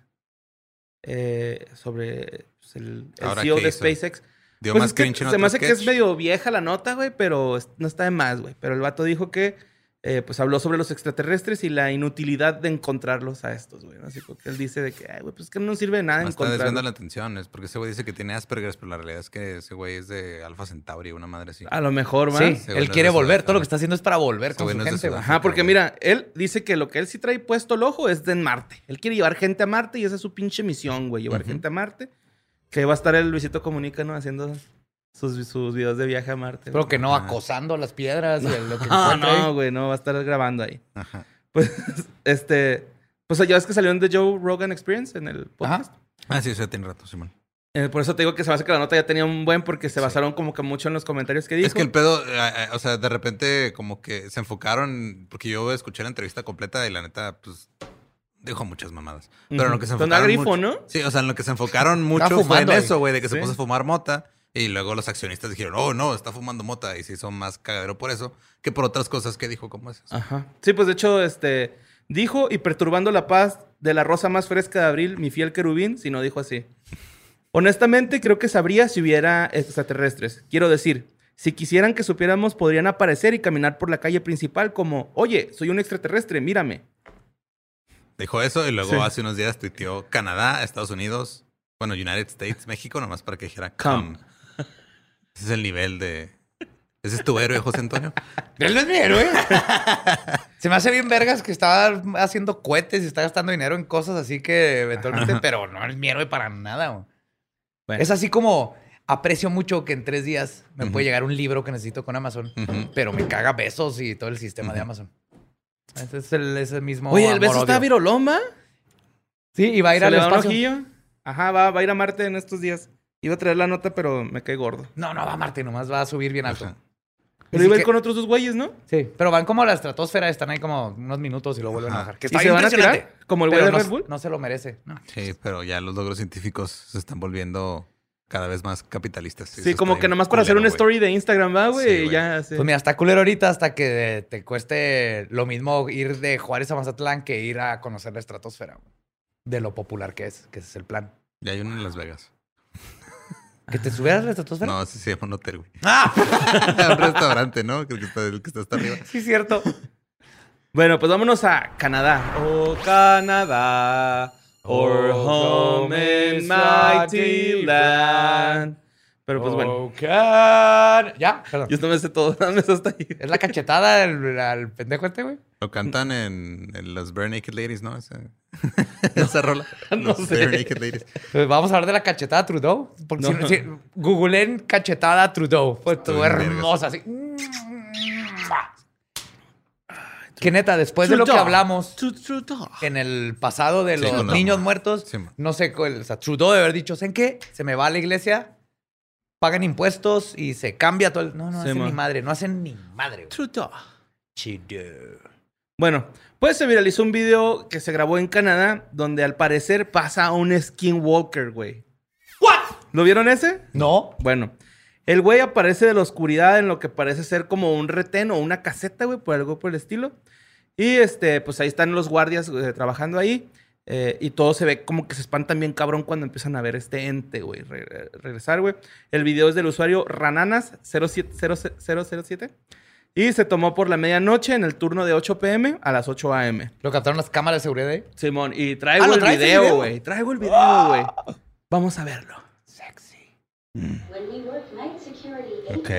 C: eh, sobre pues, el, el
D: Ahora,
C: CEO
D: ¿qué
C: de
D: hizo?
C: SpaceX.
D: Dio
C: Pues
D: más
C: es que
D: cringe en
C: se me
D: otro
C: hace que es
D: sketch.
C: medio vieja la nota, güey, pero es- no está de más, güey. Pero el vato dijo que eh, pues habló sobre los extraterrestres y la inutilidad de encontrarlos a estos, güey. ¿no? Así como que él dice de que, ay, güey, pues es que no sirve de nada
D: Me está desviando la
C: encontrarlos.
D: atención, es porque ese güey dice que tiene Asperger, pero la realidad es que ese güey es de Alfa Centauri, una madre así.
C: A lo mejor,
B: Sí,
C: güey.
D: Ese güey
B: él
D: no
B: quiere
D: Ah, es de
B: volver.
D: Sudáfrica.
B: Todo lo que está haciendo es para volver
D: Ese
B: con
D: güey
B: su
D: no es de
B: gente. güey.
D: Sudáfrica.
C: Ajá, porque
D: güey.
C: mira, él dice que lo que él sí trae puesto el ojo es de en Marte. Él quiere llevar gente a Marte y esa es su pinche misión, güey, llevar gente a Marte. Que va a estar el Luisito Comunica, ¿no? Haciendo sus, sus videos de viaje a Marte.
B: Espero
C: güey.
B: que no,
D: Ajá.
B: acosando las piedras y el- lo que
D: Ah,
C: No,
B: encuentre ahí.
C: ah, no, güey, no, va a estar grabando ahí.
D: Ajá.
C: Pues, este... Pues ya ves que salió en The Joe Rogan Experience, en el podcast.
D: Ah, sí, eso ya tiene rato, Simón.
C: Eh, por eso te digo que se me hace que la nota ya tenía un buen porque se basaron como que mucho en los comentarios que dijo.
D: Es que el pedo, eh, eh, o sea, de repente como que se enfocaron, porque yo escuché la entrevista completa y la neta, pues, dijo muchas mamadas. Pero en lo que se
C: Ujú. Don
D: enfocaron
C: Agrifo,
D: mucho-
C: ¿no?
D: Sí, o sea, en lo que se enfocaron mucho fue en
B: fumando ahí.
D: eso, güey, de que
C: Sí.
D: se puso a fumar mota. Y luego los accionistas dijeron, oh, no, está fumando mota. Y se hizo más cagadero por eso que por otras cosas que dijo como esas.
C: Ajá. Sí, pues de hecho, este dijo y perturbando la paz de la rosa más fresca de abril, mi fiel querubín, si no dijo así. Honestamente, creo que sabría si hubiera extraterrestres. Quiero decir, si quisieran que supiéramos, podrían aparecer y caminar por la calle principal como, oye, soy un extraterrestre, mírame.
D: Dijo eso y luego
C: Sí.
D: hace unos días tuiteó Canadá, Estados Unidos, bueno, United States, México, nomás para que dijera
C: Come.
D: come. Ese es el nivel de... Ese es tu héroe, José Antonio.
B: Él no es mi héroe. Se me hace bien vergas que está haciendo cohetes y está gastando dinero en cosas así que eventualmente, pero no es mi héroe para nada. güey.
C: Bueno.
B: Es así como aprecio mucho que en tres días me puede llegar un libro que necesito con Amazon,
D: Ujú.
B: pero me caga besos y todo el sistema de Amazon. Ese es el, ese mismo.
C: oye, el beso está
B: amor-odio.
C: viroloma.
B: Sí, y va a ir
C: Se
B: al
C: le da un
B: espacio.
C: ojillo. Ajá, va, va a ir a Marte en estos días. Iba a traer la nota, pero me cae gordo.
B: No, no va a Marte, nomás va a subir bien alto.
D: Ajá.
C: Pero
B: Así
C: iba a
B: que-
C: ir con otros dos güeyes, ¿no?
B: Sí, pero van como a la estratosfera, están ahí como unos minutos y lo vuelven a
D: Ajá.
B: bajar. Que
C: ¿Y
B: está
C: se van a
B: impresionante,
C: tirar? ¿Como el güey
B: pero
C: de
B: no-
C: Red Bull?
B: No se lo merece. no.
D: Sí, pero ya los logros científicos se están volviendo cada vez más capitalistas.
C: Sí,
D: eso
C: como
D: está
C: que
D: bien
C: nomás para hacer
D: culero,
C: una
D: güey.
C: story de Instagram, va, güey.
D: Sí,
C: Y
D: güey.
C: ya, sí.
B: Pues mira, está culero ahorita hasta que te cueste lo mismo ir de Juárez a Mazatlán que ir a conocer la estratosfera. güey. De lo popular que es, que ese es el plan.
D: Ya hay uno en Las Vegas.
B: ¿Que te subieras a la estratosfera?
D: No, sí se llama un hotel, güey.
B: ¡Ah!
D: un restaurante, ¿no? Creo que está, el que está hasta arriba.
B: Sí, cierto.
C: Bueno, pues vámonos a Canadá. Oh, Canadá,
B: our
C: Oh,
B: home and mighty land.
C: Pero pues bueno,
B: Oh, can- Ya, perdón.
C: yo no me sé todo, nada más hasta ahí.
B: Es la cachetada del- al pendejo este, güey.
D: Lo cantan en, en las Bare Naked Ladies, ¿no? Esa, esa rola.
C: no
D: Las
C: sé.
D: Bare Naked Ladies.
B: Pues vamos a hablar de la cachetada Trudeau. Porque si-
C: No.
B: si, googleen cachetada Trudeau. Fue todo
D: bien vergas.
B: hermosa, así. Que neta, después de lo que
C: Trudeau.
B: hablamos
C: Tru- Trudeau.
B: en el pasado de
D: Sí,
B: los
D: con la-
B: niños muertos,
D: Sí, man.
B: no sé, cuál- o sea, Trudeau de haber dicho, ¿saben qué? Se me va a la iglesia, pagan impuestos y se cambia todo el... No, no
C: Sí,
B: hacen ni
C: man.
B: madre, no hacen ni madre. güey.
C: Trudeau.
B: Trudeau.
C: Bueno, pues se viralizó un video que se grabó en Canadá donde al parecer pasa a un skinwalker, güey.
B: ¿What?
C: ¿Lo vieron ese?
B: No.
C: Bueno, el güey aparece de la oscuridad en lo que parece ser como un retén o una caseta, güey, por algo por el estilo. Y este, pues ahí están los guardias güey, eh, trabajando ahí. Eh, y todo se ve como que se espantan bien cabrón cuando empiezan a ver este ente, güey. Re- regresar, güey. El video es del usuario Rananas07007. Y se tomó por la medianoche en el turno de 8 pm a las 8 am.
B: ¿Lo captaron las cámaras de seguridad ahí?
C: Simón, y traigo
B: Ah, ¿lo
C: el
B: traes el
C: video,
B: video? ¡Ah!
C: güey. Traigo el video, güey. Vamos a verlo.
B: Sexy.
D: Ok.
F: Ok.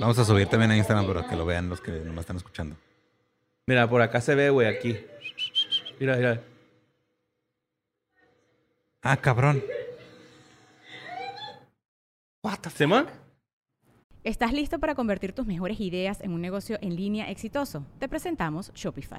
D: Vamos a subir también a Instagram para que lo vean los que nomás están escuchando.
C: Mira, por acá se ve, güey, aquí. Mira, mira.
D: Ah, cabrón.
C: Simón.
G: ¿Estás listo para convertir tus mejores ideas en un negocio en línea exitoso? Te presentamos Shopify.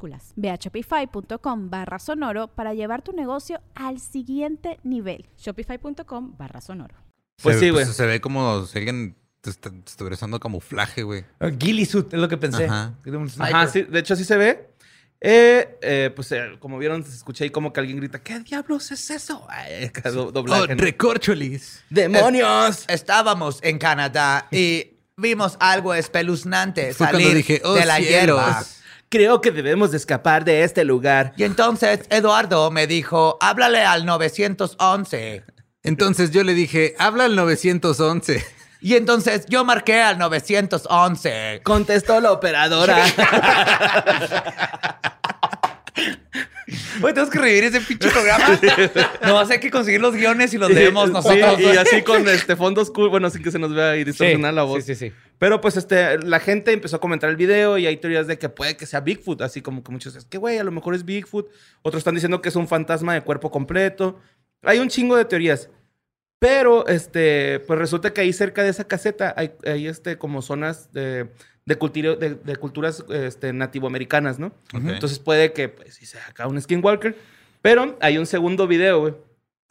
H: Ve a shopify.com barra sonoro para llevar tu negocio al siguiente nivel.
G: Shopify.com barra sonoro.
C: Pues
D: Se-
C: sí, güey.
D: se ve como si alguien te, est- te estuviera usando camuflaje, güey.
B: Ghillie suit, es lo que pensé.
D: Ajá.
B: De un sniper.
C: Ajá, sí, de hecho sí se ve. Eh, eh, pues eh, como vieron, se escuché ahí como que alguien grita, ¿qué diablos es eso? Ay, acá do- doblaje, ¿no?
D: Oh, recorcholis.
C: ¡Demonios!
B: Estábamos en Canadá y vimos algo espeluznante
D: Fue cuando
B: salir
D: dije, "Oh,
B: de la
D: cielos".
B: hierba.
C: Creo que debemos de escapar de este lugar.
B: Y entonces Eduardo me dijo, háblale al 911.
D: Entonces yo le dije, habla al 911.
B: Y entonces yo marqué al 911.
C: Contestó la operadora.
B: Güey, tenemos que revivir ese pinche programa. Nomás hay que conseguir los guiones y los leemos
C: Sí,
B: nosotros.
C: y así con este fondos cool, bueno, sin que se nos vea y distorsionar la voz.
B: Sí, sí, sí.
C: Pero pues este, la gente empezó a comentar el video y hay teorías de que puede que sea Bigfoot, así como que muchos dicen, que güey, a lo mejor es Bigfoot. Otros están diciendo que es un fantasma de cuerpo completo. Hay un chingo de teorías. Pero este, pues resulta que ahí cerca de esa caseta hay, hay, este, como zonas de, de, cultiro- de- de culturas este, nativoamericanas, ¿no?
D: Ok.
C: Entonces puede que pues, sí sea acá un skinwalker. Pero hay un segundo video, güey.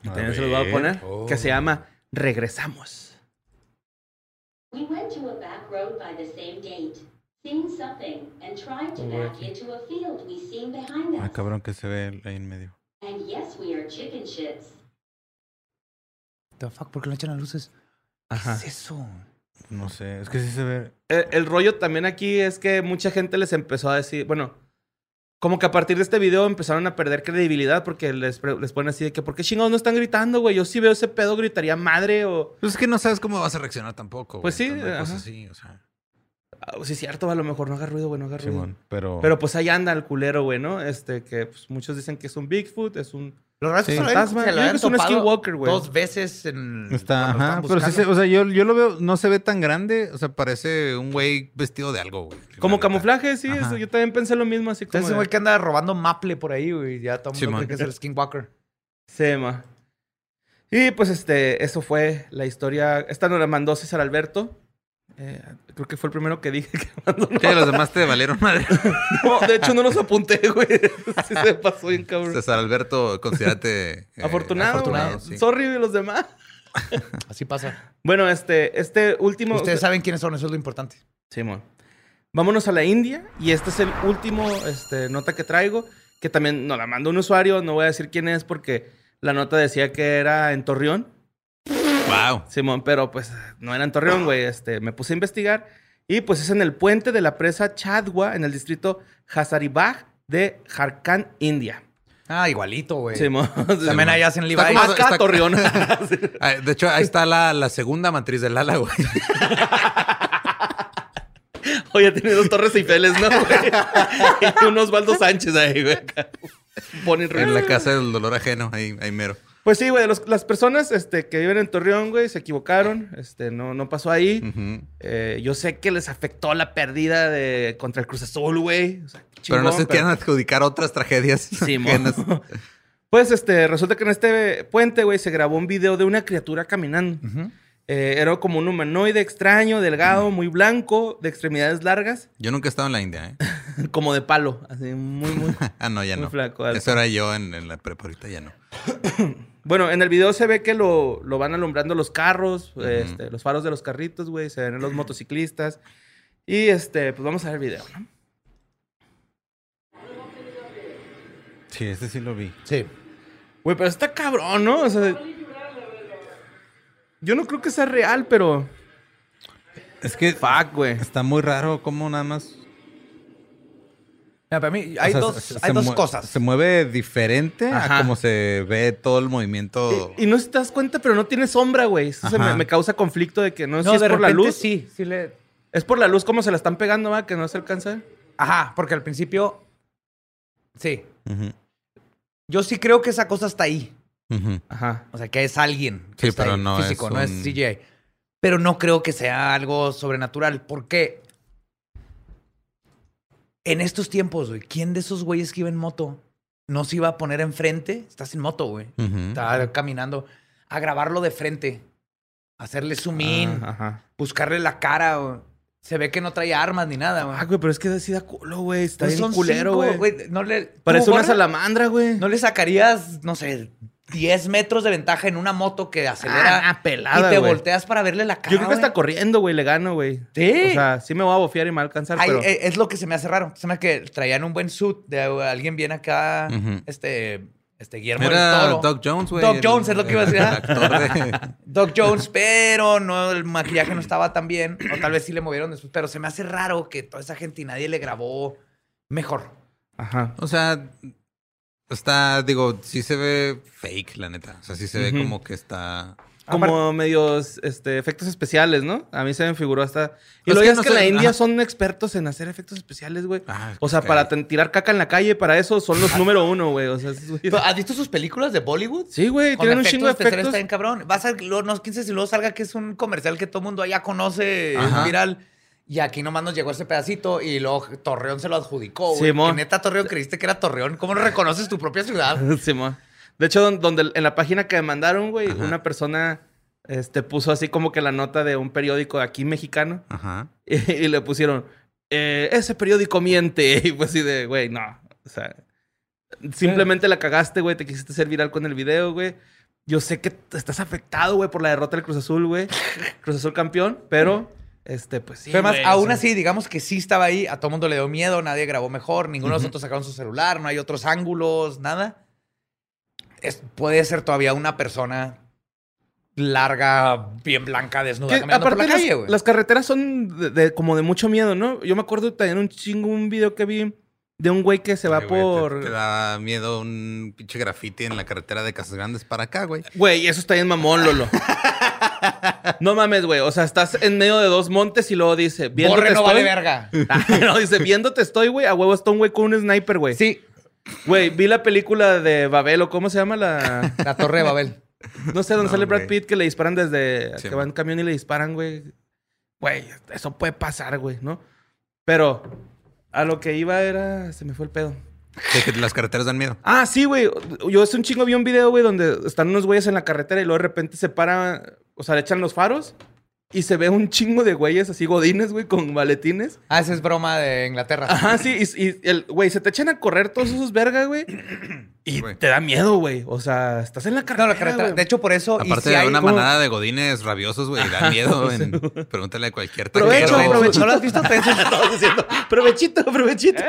C: que
D: A
C: también se lo voy a
D: ver.
C: poner,
D: Oh.
C: que se llama Regresamos.
F: We went to a back road by the same gate, seen something, and tried to back into a field we seen behind
D: Ah,
F: us.
D: cabrón, que se ve ahí en medio.
F: And yes, we are chicken shits.
B: The fuck, ¿por qué no echan las luces?
C: Ajá.
B: ¿Qué es eso?
D: No sé, es que sí se ve.
C: Eh, el rollo también aquí es que mucha gente les empezó a decir, bueno, como que a partir de este video empezaron a perder credibilidad porque les, pre- les ponen así de que, ¿por qué chingados no están gritando, güey? Yo si veo ese pedo gritaría madre o...
D: Pues es que no sabes cómo vas a reaccionar tampoco.
C: Pues
D: güey.
C: sí,
D: Entonces,
C: ajá.
D: Pues así, o sea.
C: "Ah, sí, es cierto, a lo mejor no haga ruido, güey, no haga ruido.
D: Simón, pero.
C: Pero pues ahí anda el culero, güey, ¿no? Este, que pues, muchos dicen que es un Bigfoot, es un...
B: Los raros
C: Sí.
B: se lo habían-
C: Fantasma.
B: se
C: Yo
B: lo
C: creo
B: habían
C: que es un
B: topado
C: skinwalker, güey.
B: Dos veces en. cuando
D: Está, ajá,
B: estaban
D: pero sí se,
B: buscando.
D: o sea, yo, yo lo veo, no se ve tan grande, o sea, parece un güey vestido de algo, güey.
C: Como
D: La neta.
C: camuflaje, sí,
D: Ajá.
C: eso, yo también pensé lo mismo, así como...
B: Entonces, ese
C: de-
B: güey que anda robando maple por ahí, güey. Ya todo el mundo
D: Simón.
B: cree que es el Skinwalker.
C: Sema. Y pues este, eso fue la historia. Esta nos la mandó César Alberto. Eh, creo que fue el primero que dije que mandó.
D: Sí, los demás te valieron madre.
C: No, de hecho no los apunté, güey. Sí se pasó bien, cabrón.
D: César Alberto, considérate. eh,
C: afortunado,
D: afortunado,
C: güey.
D: sí.
C: Sorry de los demás.
B: Así pasa.
C: Bueno, este, este último.
B: Ustedes saben quiénes son, eso es lo importante.
C: Simón. Vámonos a la India y este es el último este, nota que traigo, que también nos la mandó un usuario, no voy a decir quién es porque la nota decía que era en Torreón,
D: Wow.
C: Simón, pero pues no era en Torreón, güey. Este, me puse a investigar y pues es en el puente de la presa Chadwa, en el distrito Hazaribagh de Jharkhand, India.
B: Ah, igualito, güey.
C: Simón.
B: También
D: Simón.
B: allá hacen
D: Está
B: Levi's.
D: como-
C: Acá
D: está-
C: Torreón.
D: Ah, De hecho, ahí está la, la segunda matriz del ala, güey.
C: Oye, tiene dos torres Eiffel, ¿no, güey? y un Osvaldo Sánchez ahí, güey. Ponen
D: En la casa del dolor ajeno, ahí, ahí mero.
C: Pues sí, güey, los- las personas este, que viven en Torreón, güey, se equivocaron. Este, no, no pasó ahí.
D: Ujú.
C: Eh, yo sé que les afectó la pérdida de contra el Cruz Azul, güey. O sea, qué
D: pero no
C: chingón,
D: se este- quieran adjudicar otras tragedias.
C: Sí, mo.
D: ajenas.
C: Pues este, resulta que en este puente, güey, se grabó un video de una criatura caminando.
B: Ujú.
C: Eh, era como un humanoide extraño, delgado, muy blanco, de extremidades largas,
D: Yo nunca he estado en la India, ¿eh?
C: como de palo. Así, muy, muy.
D: Ah, no, ya
C: Muy
D: no.
C: flaco, alto.
D: Eso era yo en, en la prepa, ahorita ya no.
C: Bueno, en el video se ve que lo, lo van alumbrando los carros, este, los faros de los carritos, güey. Se ven los motociclistas. Y este, pues vamos a ver el video, ¿no?
D: Sí, ese sí lo vi.
C: Sí. Güey, pero está cabrón, ¿no? O sea. Yo no creo que sea real, pero.
D: Es que
C: Fuck, güey.
D: está muy raro cómo nada más...
B: Mira, para mí hay
D: o sea,
B: dos,
D: se-
B: hay
D: se
B: dos
D: mue-
B: cosas.
D: Se mueve diferente
C: Ajá.
D: a como se ve todo el movimiento.
C: Y, y no sé si te das cuenta, pero no tiene sombra, güey. Eso se me,
D: Oh. Ajá.
C: me causa conflicto de que no, sé
B: no,
C: Pues si es
B: de
C: por la
B: repente
C: luz.
B: sí, sí le...
C: Es por la luz como se la están pegando, va, que no se alcanza.
B: Ajá, porque al principio... Sí.
D: Ujú,
B: Yo sí creo que esa cosa está ahí.
D: ujú.
C: Ajá.
B: O sea, que es alguien. que
D: Sí,
B: está
D: pero
B: ahí,
D: no es
B: físico, no es
D: un-
B: CGI. Pero no creo que sea algo sobrenatural. Porque en estos tiempos, güey, ¿quién de esos güeyes que iba en moto no se iba a poner enfrente? Estás en moto, güey.
D: Ujú.
B: Está caminando. A grabarlo de frente. Hacerle zoom in.
C: Ah, Ajá.
B: Buscarle la cara. güey. Se ve que no trae armas ni nada, güey.
C: Ah, güey, pero es que sí da culo, güey. Está
B: Pues
C: bien
B: son
C: culero,
B: cinco,
C: güey.
B: No le...
C: Parece
B: ¿Tú,
C: una
B: Borre?
C: salamandra, güey.
B: ¿No le sacarías, no sé, 10 metros de ventaja en una moto que acelera
C: Ah, pelada,
B: y te
C: güey.
B: volteas para verle la cara?
C: Yo creo que
B: güey?
C: está corriendo, güey. Le gano, güey.
B: Sí.
C: O sea, sí me voy a bofear y me va a alcanzar,
B: Ay,
C: pero...
B: eh, Es lo que se me hace raro. Se me hace que traían un buen suit de eh, alguien bien acá,
D: Ujú.
B: este, este Guillermo
D: Era
B: del Toro.
D: Doc Jones, güey.
B: Doc
D: el-
B: Jones es lo que iba a decir.
D: el
B: ah.
D: actor de-
B: Doc Jones, pero no, el maquillaje no estaba tan bien. O tal vez sí le movieron después. Pero se me hace raro que toda esa gente y nadie le grabó mejor.
C: Ajá.
D: O sea, está, digo, sí se ve fake, la neta. O sea, sí se ve
C: Ujú.
D: como que está.
C: Como medios, este, efectos especiales, ¿no? A mí se me figuró hasta... Y lo
D: Pues que
C: que es
D: no
C: que en la
D: sé-
C: India
D: ajá.
C: son expertos en hacer efectos especiales, güey.
D: Ah,
C: O sea,
D: ok.
C: para ten- tirar caca en la calle, para eso son los número uno, güey. O sea, es-
B: Pero, ¿Has visto sus películas de Bollywood?
C: sí, güey,
B: Con
C: tienen un chingo de
B: especiales
C: efectos.
B: Está bien cabrón. Vas a luego, no 15 si luego salga que es un comercial que todo mundo allá conoce, es
D: Ajá.
B: viral. Y aquí nomás nos llegó ese pedacito y luego Torreón se lo adjudicó, güey.
C: Simón.
B: Que neta Torreón creíste que era Torreón. ¿Cómo no reconoces tu propia ciudad?
C: Simón. De hecho, don- donde en la página que me mandaron, güey, una persona este, puso así como que la nota de un periódico de aquí mexicano
D: Ajá.
C: y, y le pusieron, eh, ese periódico miente. Y pues así de, güey, no. O sea, simplemente la cagaste, güey, te quisiste hacer viral con el video, güey. Yo sé que t- estás afectado, güey, por la derrota del Cruz Azul, güey. Cruz Azul campeón, pero, este, pues sí.
B: Pero ah, además,
C: güey, o
B: aún
C: sea,
B: así, digamos que sí estaba ahí, a todo mundo le dio miedo, nadie grabó mejor, ninguno de nosotros sacaron su celular, no hay otros ángulos, nada. Es- puede ser todavía una persona larga, bien blanca, desnuda,
C: Que
B: caminando por la
C: aparte las-
B: calle, güey.
C: las, carreteras son de, de- como de mucho miedo, ¿no? Yo me acuerdo también un chingo, un video que vi de un güey que se va
D: Ay, güey, te-
C: por...
D: Te, da miedo un pinche graffiti en la carretera de Casas Grandes para acá, güey.
C: Güey, eso está bien mamón, Lolo. no mames, güey. O sea, estás en medio de dos montes y luego dice... Viéndote
B: Borre no
C: estoy...
B: vale verga.
C: no, dice, viéndote estoy, güey. A huevo está un güey con un sniper, güey.
B: Sí,
C: Güey, vi la película de Babel o cómo se llama la...
B: la Torre de Babel.
C: No sé, dónde
D: No,
C: sale Brad
D: güey.
C: Pitt que le disparan desde
D: Sí,
C: que va en camión y le disparan, güey. Güey, eso puede pasar, güey, ¿no? Pero a lo que iba era. Se me fue el pedo.
D: De que las carreteras dan miedo.
C: Ah, sí, güey. Yo hace un chingo vi un video, güey, donde están unos güeyes en la carretera y luego de repente se para. O sea, le echan los faros y se ve un chingo de güeyes así, godines, güey, con maletines.
B: Ah, esa es broma de Inglaterra.
C: Ajá, sí. Y, y el, güey, se te echan a correr todos esos vergas, güey. Y
D: Güey.
C: te da miedo, güey. O sea, estás en la
B: No,
C: carretera.
B: la carretera.
C: güey.
B: De hecho, por eso. y
D: Aparte
B: si
D: de
B: hay-
D: una
B: ¿Cómo?
D: manada de godines rabiosos, güey, da miedo. en- Pregúntale a cualquier
C: Provecho,
D: taquero.
C: provecho.
B: ¿No lo has visto? Te-
C: Provechito, provechito.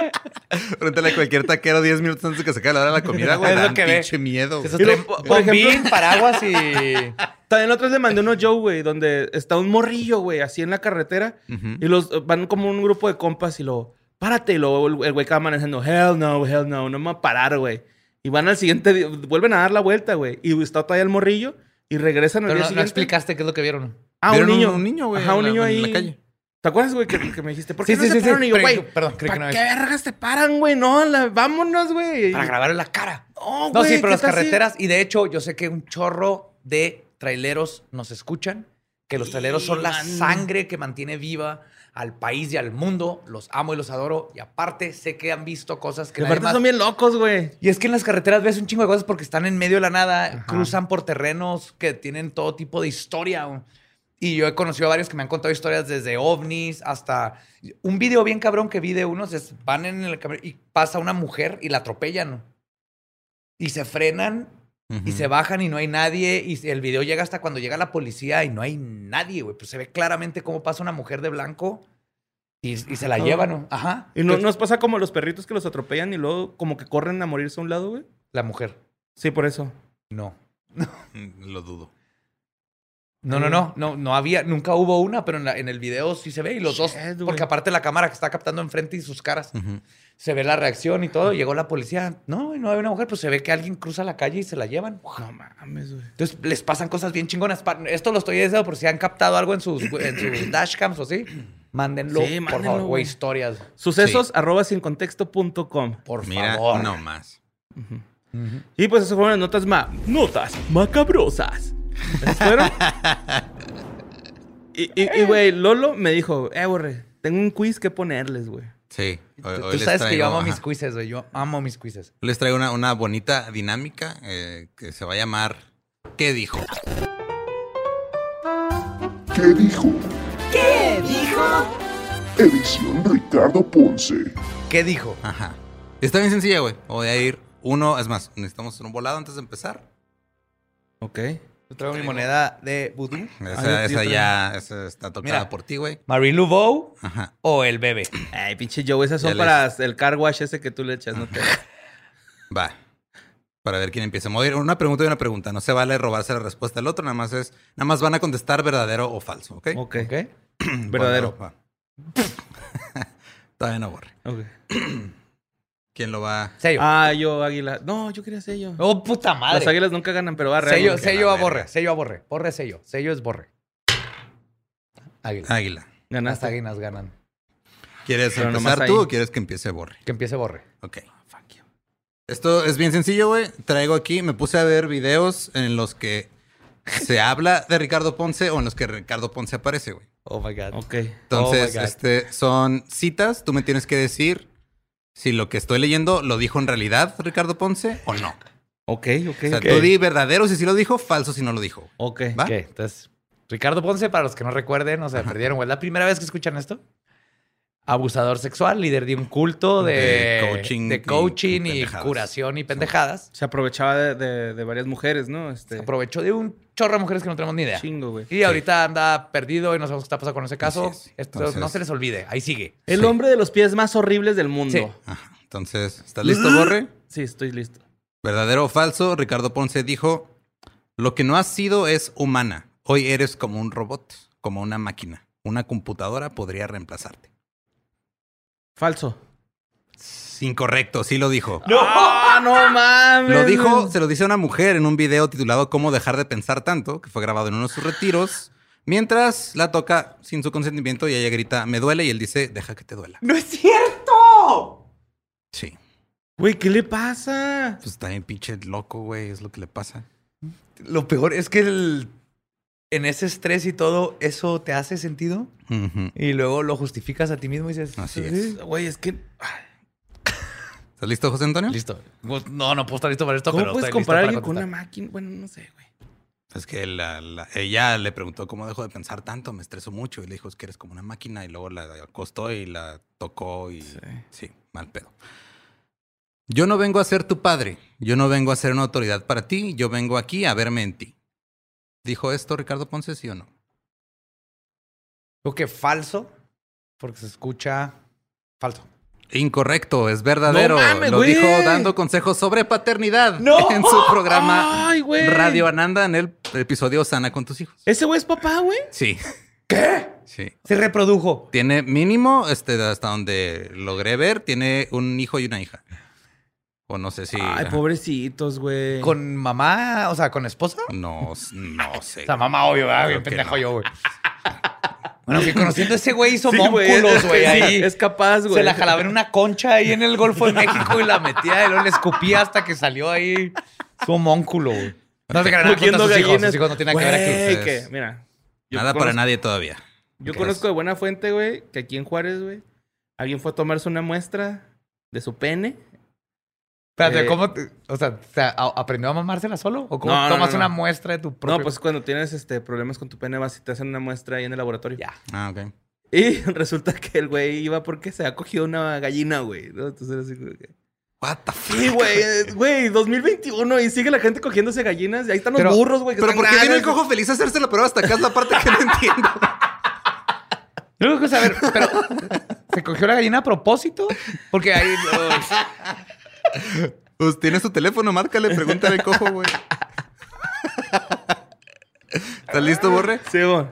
D: Pregúntale a cualquier taquero 10 minutos antes de que se acabe la hora de la comida, güey.
B: Es lo
D: Dan
B: que ve.
D: pinche miedo.
B: Esos
D: güey.
B: traen
C: Pues, por
B: bombín,
C: ejemplo-
B: paraguas y.
C: También la otra vez le mandé uno Joe, güey, donde está un morrillo, güey, así en la carretera.
D: Ujú.
C: Y los van como un grupo de compas y lo... Párate. Y luego el el güey acaba manejando. Hell no, hell no. No me va a parar, güey. Y van al siguiente... di- Vuelven a dar la vuelta, güey. Y está todavía el morrillo. Y regresan al
B: Pero
C: día
B: no, no
C: siguiente.
B: explicaste qué es lo que vieron.
C: Ah, un
D: Vieron
C: niño.
D: Un niño, güey.
C: Ajá,
D: en
C: un
D: la-
C: niño
D: en
C: ahí.
D: la calle.
C: ¿Te acuerdas, güey, que, que me dijiste? ¿Por qué
B: Sí,
C: no
B: sí,
C: se
B: sí, sí.
C: paran? Y yo,
B: Pero-
C: güey,
B: perdón, creí que
C: ¿pa'
B: no
C: qué
B: es.
C: vergas te paran, güey? No, la- vámonos, güey.
B: Para grabar en la cara.
C: No,
B: No,
C: güey,
B: sí, pero
C: ¿qué
B: las
C: tal si-
B: carreteras, y de hecho, yo sé que un chorro de traileros nos escuchan, que los traileros son la sangre que mantiene viva al país y al mundo. Los amo y los adoro. Y aparte, sé que han visto cosas que
C: Que
B: nadie
C: aparte
B: más-
C: son bien locos, güey.
B: Y es que en las carreteras ves un chingo de cosas porque están en medio de la nada, cruzan por terrenos que tienen todo tipo de historia. güey. Y yo he conocido a varios que me han contado historias desde ovnis hasta un video bien cabrón que vi de unos es van en el camión y pasa una mujer y la atropellan. Y se frenan y se bajan y no hay nadie. Y el video llega hasta cuando llega la policía y no hay nadie, güey. Pues se ve claramente cómo pasa una mujer de blanco y, y se la llevan. ¿no? Ajá.
C: Y no,
B: Entonces,
C: nos pasa como los perritos que los atropellan y luego como que corren a morirse a un lado, güey.
B: La mujer.
C: Sí, por eso.
B: No.
D: Lo dudo.
B: No, no, no, no, no había, nunca hubo una, pero en, la- en el video sí se ve y los dos,
C: Shit, güey.
B: porque aparte la cámara que está captando enfrente y sus caras,
D: Ujú.
B: se ve la reacción y todo, llegó la policía, no, y no hay una mujer, pues se ve que alguien cruza la calle y se la llevan.
C: No mames, güey.
B: Entonces les pasan cosas bien chingonas. Pa- Esto lo estoy diciendo por si han captado algo en sus, en sus dashcams o así, mándenlo,
C: Sí,
B: por
C: mándenlo,
B: favor, güey,
C: güey.
B: historias,
C: Sucesos arroba sin contexto punto com.
B: por
D: Mira,
B: favor.
D: no más.
C: Y pues esas fueron las notas ma notas macabrosas. ¿Esas fueron? y, y- y, güey, Lolo me dijo, eh, borre, tengo un quiz que ponerles, güey.
D: Sí. Hoy-
B: Tú
D: hoy
B: tú
D: les
B: sabes que yo
D: traigo,
B: amo
D: ajá.
B: mis quizzes, güey, yo amo mis quizzes.
D: Les traigo una, una bonita dinámica eh, que se va a llamar ¿Qué dijo?
E: ¿Qué dijo? ¿Qué dijo? Edición Ricardo Ponce.
B: ¿Qué dijo?
D: Ajá. Está bien sencilla, güey. Voy a ir uno, es más, necesitamos un volado antes de empezar.
C: Ok. Ah,
B: Yo traigo mi moneda de vudú.
D: Esa,
C: yo- yo
D: esa
C: también.
D: ya esa está tocada
B: Ah, Mira.
D: por ti, güey.
B: Marie Laveau
D: Ajá.
B: o el bebé.
C: Ay, pinche Joe, esas son
D: Ya
C: para el car wash ese que tú le echas, no te.
D: Va. Para ver quién empieza a mover. Una pregunta y una pregunta. No se vale robarse la respuesta del otro, nada más es, nada más van a contestar verdadero o falso, ¿ok?
C: Ok.
B: ¿Ok?
C: Verdadero.
D: Va. Todavía no borre.
C: Ok.
D: ¿Quién lo va?
B: Sello.
C: Ah, yo, águila. No, yo quería sello.
B: Oh, puta
C: Las
B: madre.
C: águilas nunca ganan, pero va
B: Sello,
C: real.
D: que la
B: sello a
D: verga.
B: borre, sello a borre. Borre es sello. Sello es borre. Águila.
D: Águila.
B: Las
C: Ganaste.
B: águilas ganan.
D: ¿Quieres
C: Pero nomás
D: empezar tú
C: ahí.
D: o quieres que empiece borre?
B: Que empiece borre.
D: Ok.
B: Ah,
D: Esto es bien sencillo, güey. Traigo aquí, me puse a ver videos en los que se habla de Ricardo Ponce o en los que Ricardo Ponce aparece, güey.
B: Oh my God.
C: Ok.
D: Entonces,
B: Oh my God.
D: este, son citas. Tú me tienes que decir si lo que estoy leyendo lo dijo en realidad Ricardo Ponce o no.
C: Ok, ok.
D: O sea,
C: ok.
D: tú di verdadero si sí lo dijo, falso si no lo dijo.
C: Ok.
D: ¿Va?
B: Ok, entonces, Ricardo Ponce, para los que no recuerden, o sea, perdieron, güey. La primera vez que escuchan esto. Abusador sexual, líder de un culto de,
D: De coaching
B: de
D: y
B: coaching y,
D: pendejadas.
B: curación y pendejadas.
C: Se aprovechaba de, de- de varias mujeres, ¿no? Este.
B: Aprovechó de un chorro de mujeres que no tenemos ni idea.
C: Chingo, güey.
B: Y ahorita anda perdido y no sabemos qué está pasando con ese caso.
D: Así es.
B: Esto no
D: Entonces-
B: se les olvide. Ahí sigue.
C: El
D: Sí.
C: hombre de los pies más horribles del mundo.
B: Sí.
D: Ajá. Entonces, ¿estás listo, Borre?
C: Sí, estoy listo.
D: ¿Verdadero o falso? Ricardo Ponce dijo: Lo que no has sido es humana. Hoy eres como un robot, como una máquina. Una computadora podría reemplazarte.
C: Falso.
D: Incorrecto, sí lo dijo.
C: ¡No! Ah, no mames!
D: Lo dijo, se lo dice a una mujer en un video titulado Cómo dejar de pensar tanto, que fue grabado en uno de sus retiros. Mientras la toca sin su consentimiento y ella grita, me duele, y él dice, deja que te duela.
B: ¡No es cierto!
D: Sí.
C: Güey, ¿qué le pasa?
D: Pues está bien pinche loco, güey, es lo que le pasa.
B: Lo peor es que el- en ese estrés y todo, eso te hace sentido.
D: Ujú.
B: Y luego lo justificas a ti mismo y dices.
D: Así
B: "Sí".
C: Güey, es que...
D: ¿Estás listo, José Antonio?
B: Listo. Pues, No, no puedo estar listo para esto,
C: ¿Cómo
B: pero
C: puedes
B: estoy listo
C: comparar a
B: para
C: alguien con una
B: contestar.
C: máquina? Bueno, no sé, güey.
D: Es que la- la- ella le preguntó cómo dejo de pensar tanto, me estreso mucho, y le dijo, es que eres como una máquina, y luego la acostó y la tocó, y sí, mal pedo. Yo no vengo a ser tu padre, yo no vengo a ser una autoridad para ti, yo vengo aquí a verme en ti. ¿Dijo esto Ricardo Ponce, sí o no?
B: Creo que falso, porque se escucha falso.
D: Incorrecto, es verdadero.
C: No mames,
D: Lo
C: güey.
D: dijo dando consejos sobre paternidad
B: ¡No!
D: en su programa
C: ¡Ay, Ah, güey! Eh,
D: Radio Ananda en el episodio Sana con tus hijos.
C: ¿Ese güey es papá, güey?
D: Sí. ¿Qué? Sí.
B: Se reprodujo.
D: Tiene mínimo, este, hasta donde logré ver, tiene un hijo y una hija. O no sé si.
C: Ay,
D: ajá.
C: pobrecitos, güey.
B: ¿Con mamá? O sea, ¿con esposa?
D: No, s- no sé.
B: O sea, mamá, obvio, ¿verdad?
D: Creo
B: Bien
D: que
B: pendejo
D: no.
B: yo, güey. Bueno, que conociendo a ese güey hizo
C: Sí, güey,
B: mónculos,
C: es-
B: güey.
C: es-
B: Ahí
C: es capaz, güey.
B: Se la jalaba en una concha ahí en el Golfo de México y la metía y luego le escupía hasta que salió ahí su homúnculo, güey. No se crean nada contra
C: Cogiendo
B: sus hijos.
C: gallinas.
B: Sus hijos no tienen nada que ver aquí.
C: Güey,
D: ustedes.
C: que, mira. yo
D: Nada para
C: conozco-
D: nadie todavía.
C: Yo
D: ¿Qué
C: conozco de buena fuente, güey, que aquí en Juárez, güey, alguien fue a tomarse una muestra de su pene.
B: Espérate,
C: Eh,
B: ¿cómo? te- o sea, ¿te a- ¿aprendió a mamársela solo? ¿O cómo
C: No, no,
B: tomas
C: no,
B: una
C: no.
B: muestra de tu propio...?
C: No, pues cuando tienes este problemas con tu pene vas y te hacen una muestra ahí en el laboratorio.
B: Ya.
D: Ah, ok.
C: Y resulta que el güey iba porque se ha cogido una gallina, güey. ¿no? Entonces era así como que-
D: What the fuck?
C: Sí, güey, eh, güey, 2021 y sigue la gente cogiéndose gallinas. Y ahí están los
B: Pero-
C: burros, güey. que
D: Pero
C: están
D: ¿por qué viene
C: grandes.
D: el cojo feliz a hacérselo? Pero hasta acá es la parte que no entiendo.
B: Yo tengo que saber, pero ¿se cogió la gallina a propósito? Porque ahí...
D: Pues tiene su teléfono, márcale, pregúntale al cojo, güey. ¿Estás listo, Borre?
C: Sí, güey.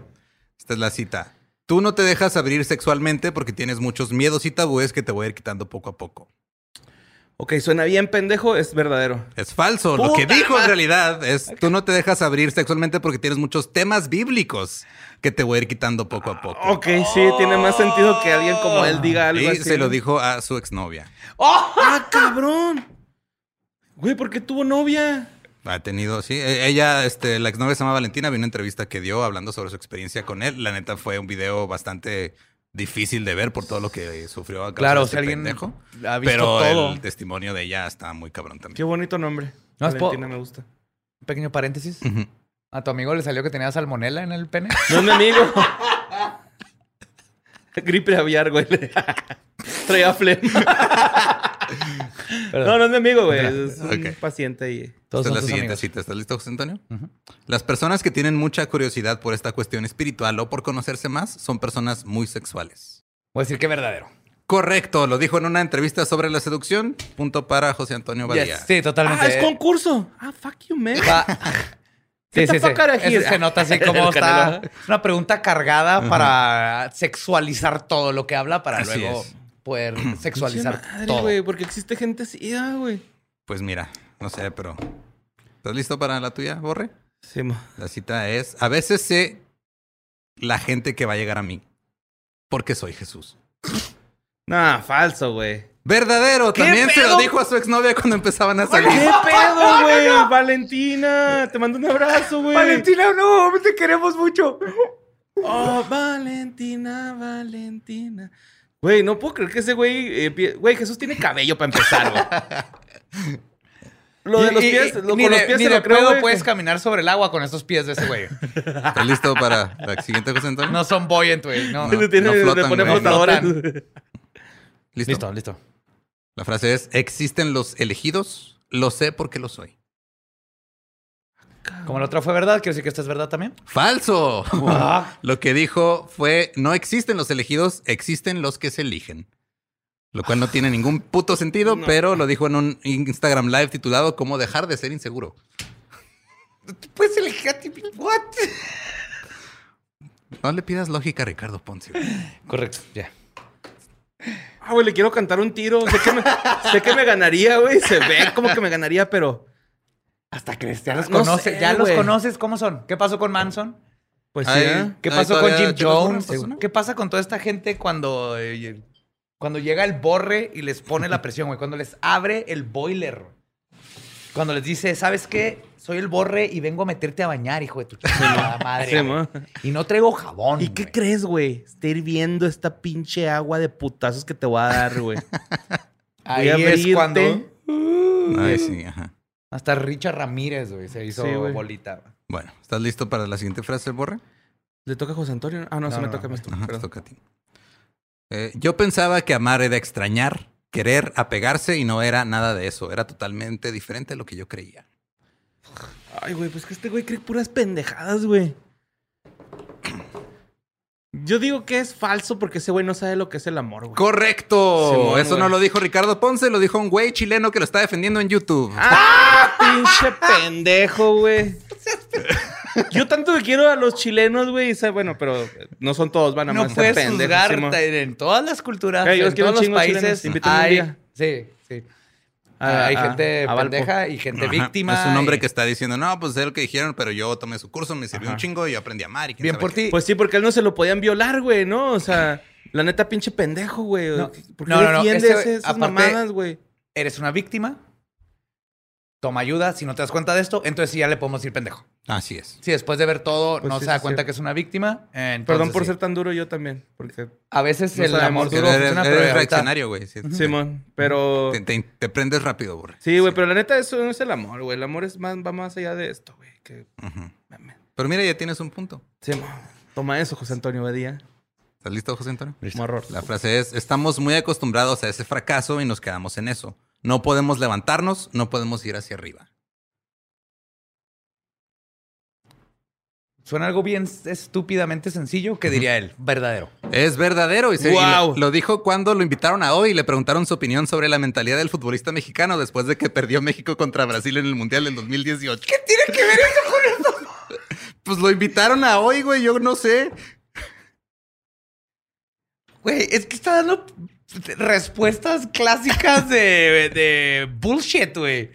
D: Esta es la cita. Tú no te dejas abrir sexualmente porque tienes muchos miedos y tabúes que te voy a ir quitando poco a poco.
C: Ok, suena bien pendejo, es verdadero.
D: Es falso. Lo que dijo en realidad es tú no te dejas abrir sexualmente porque tienes muchos temas bíblicos que te voy a ir quitando poco a poco.
C: Ok, sí, tiene más sentido que alguien como él diga algo
D: Y
C: así.
D: se lo
C: ¿no?
D: dijo a su exnovia.
C: ¡Ah, cabrón! Güey, ¿por qué tuvo novia?
D: Ha tenido, sí. E- Ella, este, la exnovia se llama Valentina, vi una entrevista que dio hablando sobre su experiencia con él. La neta fue un video bastante difícil de ver por todo lo que sufrió a causa
B: Claro,
D: de
B: si
D: este
B: alguien
D: pendejo.
B: ha visto
D: Pero
B: todo.
D: el testimonio de ella está muy cabrón
C: Qué
D: también.
C: bonito nombre.
B: No, es po-
C: Valentina me gusta.
B: Pequeño paréntesis.
D: Ujú.
B: ¿A tu amigo le salió que tenía salmonela en el pene?
C: No es mi amigo. Gripe aviar, güey. Traía flema. No, no es mi amigo, güey. Es un
D: Ok.
C: paciente y...
B: Todos
D: Esta es
B: son
D: la
B: tus
D: siguiente
B: amigos.
D: cita. ¿Estás listo, José Antonio?
B: Ujú.
D: Las personas que tienen mucha curiosidad por esta cuestión espiritual o por conocerse más son personas muy sexuales.
B: Voy a decir que es verdadero.
D: Correcto, lo dijo en una entrevista sobre la seducción. Punto para José Antonio Badía.
B: Sí, totalmente.
C: Ah, es concurso. Ah, fuck you, man.
B: Va. Sí,
C: Get
B: sí, sí.
C: the fuck out of here.
B: Eso se nota así como
C: El
B: está.
C: Canelo.
B: Es una pregunta cargada para sexualizar todo lo que habla para
D: Así
B: luego
D: es.
B: poder sexualizar
C: Pinche madre,
B: todo.
C: güey, porque existe gente así, ah, güey.
D: Pues mira, no sé, pero. ¿Estás listo para la tuya, Borre?
C: Sí, mo.
D: La cita es, a veces sé la gente que va a llegar a mí, porque soy Jesús.
C: Nah, falso, güey.
D: Verdadero,
B: ¿Qué
D: también se
B: pedo?
D: lo dijo a su exnovia cuando empezaban a
C: ¿Qué
D: salir.
C: pedo, güey? Valentina, te mando un abrazo, güey.
B: no, te queremos mucho.
C: Oh, Valentina, Valentina. Güey, no puedo creer que ese güey. eh, pie- Güey, Jesús tiene cabello para empezar, güey. Lo de los pies, lo,
B: ni
C: con los
B: de-
C: pies
B: ni
C: se
B: de
C: lo creo,
B: pedo pues.
C: güey.
B: puedes caminar sobre el agua con esos pies de ese güey.
D: ¿Estás listo para la siguiente cosa, Antonio?
B: No son buoyant, güey. No.
D: No,
C: Le tiene,
D: no
C: le
D: flotan,
C: pone
D: güey. No
C: flotadores.
D: ¿Listo?
B: Listo, listo.
D: La frase es, existen los elegidos, lo sé porque lo soy.
B: Como la otra fue verdad, quiero decir que esta es verdad también.
D: Falso. lo que dijo fue, no existen los elegidos, existen los que se eligen. Lo cual no tiene ningún puto sentido, pero lo dijo en un Instagram Live titulado ¿Cómo dejar de ser inseguro?
C: Pues
B: Puedes elegir a ti. What?
D: No le pidas lógica a Ricardo Ponce. güey.
B: Correcto, ya.
C: Ah, güey, le quiero cantar un tiro. Sé que me, sé que me ganaría, güey. Se ve como que me ganaría, pero. Ah,
B: Hasta crees, ya los
C: No
B: conoces,
C: sé,
B: ya los
C: güey.
B: conoces, ¿cómo son? ¿Qué pasó con Manson?
C: Pues
D: Ay,
C: sí. ¿eh?
B: ¿Qué
D: Ay,
B: pasó con
D: todavía
B: Jim
D: Chelo Borre
B: Jones?
D: pasó, ¿no?
B: ¿Qué pasa con toda esta gente cuando, eh, cuando llega el borre y les pone la presión, güey? Cuando les abre el boiler. güey. Cuando les dice, ¿sabes qué? Soy el borre y vengo a meterte a bañar, hijo de tu chingada madre.
C: Sí,
B: güey.
C: mo.
B: y no traigo jabón.
C: ¿Y qué
B: güey".
C: crees, güey? Está hirviendo esta pinche agua de putazos que te voy a dar, güey.
B: Ahí
C: Voy a
B: es
C: abrirte.
B: cuando
D: Ay, sí, ajá.
B: hasta Richard Ramírez, güey, se hizo
C: Sí, güey.
B: bolita. güey.
D: Bueno, ¿estás listo para la siguiente frase, Borre?
C: ¿Le toca a José Antonio? Ah, no,
B: No,
C: se me
B: no,
C: toca a mí.
D: Ajá, te
C: Perdón.
D: toca a ti. Eh, yo pensaba que amar era extrañar, querer, apegarse y no era nada de eso. Era totalmente diferente a lo que yo creía.
C: Ay, güey, pues que este güey cree puras pendejadas, güey. Yo digo que es falso porque ese güey no sabe lo que es el amor, güey.
D: Correcto.
C: Simón,
D: Eso
C: güey.
D: no lo dijo Ricardo Ponce, lo dijo un güey chileno que lo está defendiendo en YouTube.
C: ¡Ah, pinche pendejo, güey! Yo tanto que quiero a los chilenos, güey. y sé- Bueno, pero no son todos, van a
B: No
C: más ser
B: puedes
C: pendejos,
B: juzgar
C: Simón.
B: en todas las culturas,
C: Ey, yo
B: en
C: los quiero
B: todos
C: un
B: los
C: chingo, chilenos,
B: países.
C: invítame un
B: Hay,
C: día.
B: sí, sí.
C: a-
B: Hay
C: a-
B: gente
C: a Valpo.
B: pendeja y gente
D: Ajá.
B: víctima.
D: Es un hombre
B: y-
D: que está diciendo, no, pues es lo que dijeron, pero yo tomé su curso, me sirvió
C: Ajá.
D: un chingo y yo aprendí a amar. Y quién
B: Bien
D: sabe
B: por
D: qué".
B: ti.
C: Pues sí, porque él no se lo podían violar, güey, ¿no? O sea, la neta, pinche pendejo, güey.
B: No,
C: ¿Por qué
B: no, no, no,
C: defiende
B: ese güey,
C: ese- esas
B: aparte-
C: mamadas, güey?
B: Eres una víctima. Toma ayuda. Si no te das cuenta de esto, entonces sí ya le podemos decir pendejo.
D: Así es.
B: Si después de ver todo
C: Pues
B: no
C: sí,
B: se da
C: sí,
B: cuenta
C: sí.
B: que es una víctima, eh, entonces
C: Perdón por
B: sí.
C: ser tan duro yo también, porque...
B: A veces
C: No
B: el
C: sabemos
B: amor
C: que
B: duro
D: eres,
B: funciona,
D: eres
B: pero ahorita-
D: reaccionario, güey. Sí, te-
C: Simón, pero...
D: Te, te- te prendes rápido, borre.
C: Sí, güey, pero la neta, eso no es el amor, güey. El amor es más, va más allá de esto, güey. Que...
D: Ujú. Pero mira, ya tienes un punto.
C: Simón, toma eso, José Antonio Badía.
D: ¿Estás listo, José Antonio?
C: Morro.
D: La frase es, estamos muy acostumbrados a ese fracaso y nos quedamos en eso. No podemos levantarnos, no podemos ir hacia arriba.
B: Suena algo bien estúpidamente sencillo que diría él, verdadero.
D: Es verdadero. Y, se, y
C: Guau.
D: lo, lo dijo cuando lo invitaron a hoy y le preguntaron su opinión sobre la mentalidad del futbolista mexicano después de que perdió México contra Brasil en el Mundial del 2018. ¿Qué tiene que ver eso con eso? pues lo invitaron a hoy, güey. Yo no sé.
B: Güey, es que está dando respuestas clásicas de, de bullshit, güey.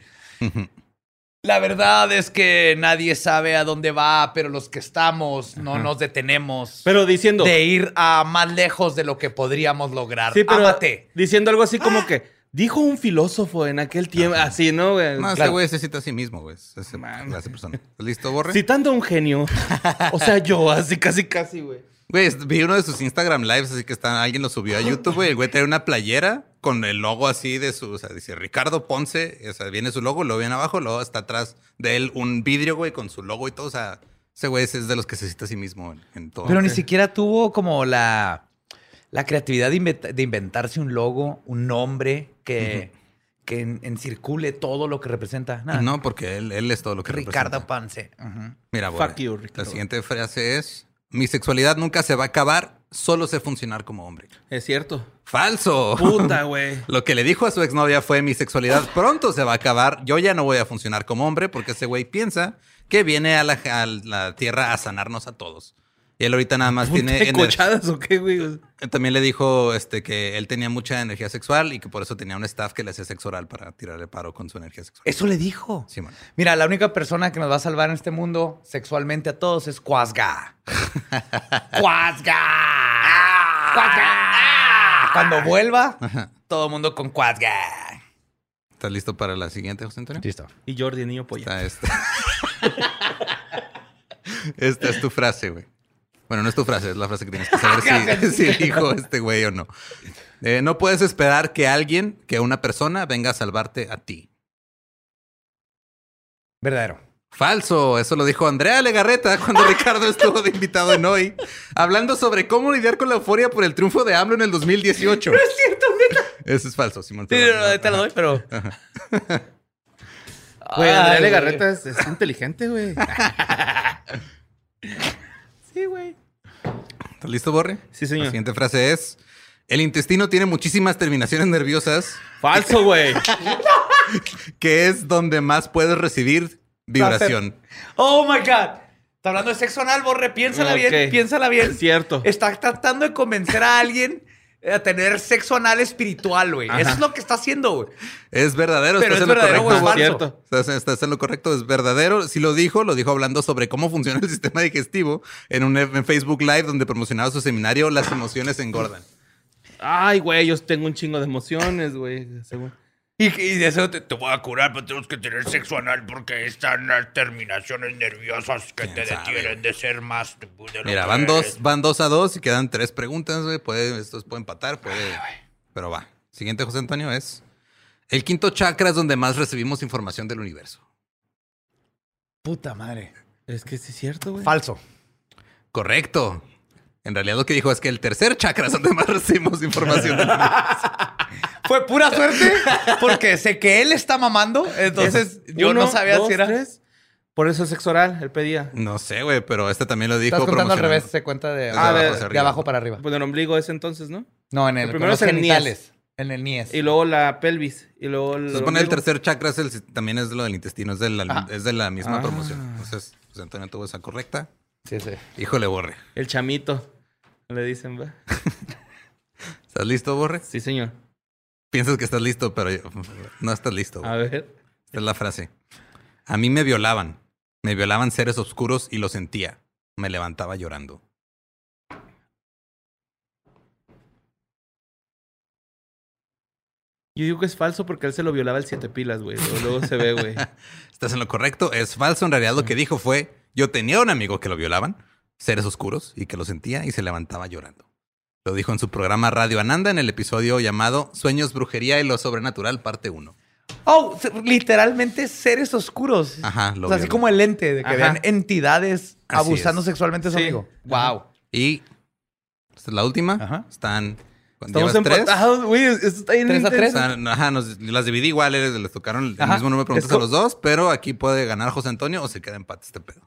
B: La verdad es que nadie sabe a dónde va, pero los que estamos no nos detenemos
C: Pero diciendo...
B: de ir a más lejos de lo que podríamos lograr.
C: Sí, pero
B: Ámate. Ah.
C: diciendo algo así como que dijo un filósofo en aquel tiempo, así, ¿no? Güey?
D: No, este
C: Claro.
D: güey se cita a sí mismo, güey. Es ese-
C: Man.
D: clase de persona. ¿Listo, Borre?
C: Citando a un genio. O sea, yo, así, casi, casi, güey.
D: Güey, es- vi uno de sus Instagram lives, así que está, alguien lo subió a YouTube, güey. El güey trae una playera con el logo así de su, o sea, dice Ricardo Ponce, o sea, viene su logo, luego viene abajo, luego está atrás de él un vidrio, güey, con su logo y todo. O sea, ese güey es, es de los que se cita a sí mismo en, en todo.
B: Pero ni siquiera tuvo como la, la creatividad de, inventa- de inventarse un logo, un nombre que, que en- encircule todo lo que representa. Nada.
D: No, porque él, él es todo lo que
B: Ricardo
D: representa.
B: Ponce. Ujú.
D: Mira,
C: Fuck
D: güey.
C: you, Ricardo.
D: La siguiente frase es: Mi sexualidad nunca se va a acabar, solo sé funcionar como hombre.
C: Es cierto.
D: ¡Falso!
C: Puta, güey.
D: Lo que le dijo a su exnovia fue mi sexualidad pronto se va a acabar, yo ya no voy a funcionar como hombre porque ese güey piensa que viene a la, a la tierra a sanarnos a todos. Y él ahorita nada más
C: Puta,
D: tiene
C: ¿de
D: ener-
C: cochadas o qué, güey?
D: También le dijo este, que él tenía mucha energía sexual y que por eso tenía un staff que le hacía sexo oral para tirarle paro con su energía sexual.
B: Eso le dijo.
D: Simón.
B: Mira, la única persona que nos va a salvar en este mundo sexualmente a todos es Quasga. ¡Quasga! ¡Quasga! Ah. Cuando vuelva, todo el mundo con Quasga.
D: ¿Estás listo para la siguiente, José Antonio?
B: Listo.
C: Y Jordi, el niño polla.
D: Está esta. esta es tu frase, güey. Bueno, no es tu frase, es la frase que tienes que saber si, si dijo este güey o no. Eh, no puedes esperar que alguien, que una persona, venga a salvarte a ti.
B: Verdadero.
D: Falso, eso lo dijo Andrea Legarreta cuando Ricardo estuvo de invitado en hoy, hablando sobre cómo lidiar con la euforia por el triunfo de AMLO en el 2018. No es cierto, Eso es falso, Simón.
B: Sí,
D: Perdón.
B: te lo doy, pero.
C: Güey, Andrea
B: Ay,
C: Legarreta es, es inteligente, güey. sí, güey.
D: ¿Estás listo, Borre?
C: Sí, señor.
D: La siguiente frase es: El intestino tiene muchísimas terminaciones nerviosas.
C: Falso, güey.
D: que es donde más puedes recibir vibración.
B: Oh my God. Está hablando de sexo anal, borre. Piénsala bien,
C: Ok.
B: piénsala bien.
C: Es cierto.
B: Está tratando de convencer a alguien a tener sexo anal espiritual, güey. Eso es lo que está haciendo, güey.
D: Es verdadero.
B: Pero
D: estás
B: es
D: en lo
B: verdadero o es falso.
D: correcto.
C: Cierto.
D: Estás, estás en lo correcto, es verdadero. Si lo dijo, lo dijo hablando sobre cómo funciona el sistema digestivo en un en Facebook Live donde promocionaba su seminario Las emociones engordan.
C: Ay, güey, yo tengo un chingo de emociones, güey. según.
B: Y, y de eso te, te voy a curar, pero tenemos que tener sexo anal porque están las terminaciones nerviosas que
D: ¿Quién
B: te
D: sabe?
B: detienen de ser más. de lo
D: Mira,
B: que
D: van dos,
B: eres.
D: van dos a dos y quedan tres preguntas. güey. Puede, esto puede empatar, puede. pero va. Siguiente, José Antonio, es. El quinto chakra es donde más recibimos información del universo.
B: Puta madre.
C: Es que sí es cierto, güey.
B: Falso.
D: Correcto. En realidad lo que dijo es que el tercer chakra es donde más recibimos información. del universo.
B: Fue pura suerte porque sé que él está mamando, entonces yo
C: Uno,
B: no sabía
C: dos,
B: si era.
C: tres. Por eso es sexo oral, él pedía.
D: No sé, güey, pero este también lo dijo.
B: Estás contando al
D: promocionando.
B: revés, se cuenta de,
D: Es
B: de abajo,
C: ver,
D: hacia
B: de
D: arriba.
B: abajo para arriba.
C: Bueno, el Pues, ombligo ese entonces, ¿no?
B: No, en el,
C: el
B: con
C: primero
B: los
C: es el niés.
B: genitales. En el niés.
C: Y luego la pelvis. Y luego el.
D: Se supone el
C: ombligo.
D: tercer chakra es el- también es de lo del intestino, es de la, es de la misma
C: Ah.
D: promoción. Entonces, pues Antonio tuvo esa correcta.
B: Sí, sí.
D: Híjole, Borre.
C: El chamito. Le dicen, va.
D: ¿Estás listo, Borre?
C: Sí, señor.
D: Piensas que estás listo, pero yo- no estás listo.
B: Ah.
D: güey.
C: A ver.
D: Esta es la frase. A mí me violaban. Me violaban seres oscuros y lo sentía. Me levantaba llorando.
C: Yo digo que es falso porque él se lo violaba el siete pilas, güey. Luego, luego se ve, güey.
D: Estás en lo correcto. Es falso. En realidad lo que dijo fue, yo tenía un amigo que lo violaban, seres oscuros, y que lo sentía y se levantaba llorando. Lo dijo en su programa Radio Ananda en el episodio llamado Sueños, Brujería y lo Sobrenatural, parte 1.
B: Oh, se- literalmente seres oscuros.
D: Ajá, lo
B: O sea, así
D: violan.
B: como el ente, de que
C: Ajá.
B: vean entidades
D: Así
B: abusando
D: es.
B: sexualmente a su
C: Sí.
B: amigo.
C: Ajá.
B: Wow.
D: Y esta es la última.
B: Ajá.
D: Están... cuando
C: Estamos
D: llevas tres,
C: empatados, güey. Esto está bien
B: Tres a
C: intenso.
B: tres.
D: están- ajá, nos- las dividí igual, les, les tocaron el
B: Ajá.
D: mismo número de preguntas
C: Es
D: a
C: co-
D: los dos, pero aquí puede ganar José Antonio o se queda empate este pedo.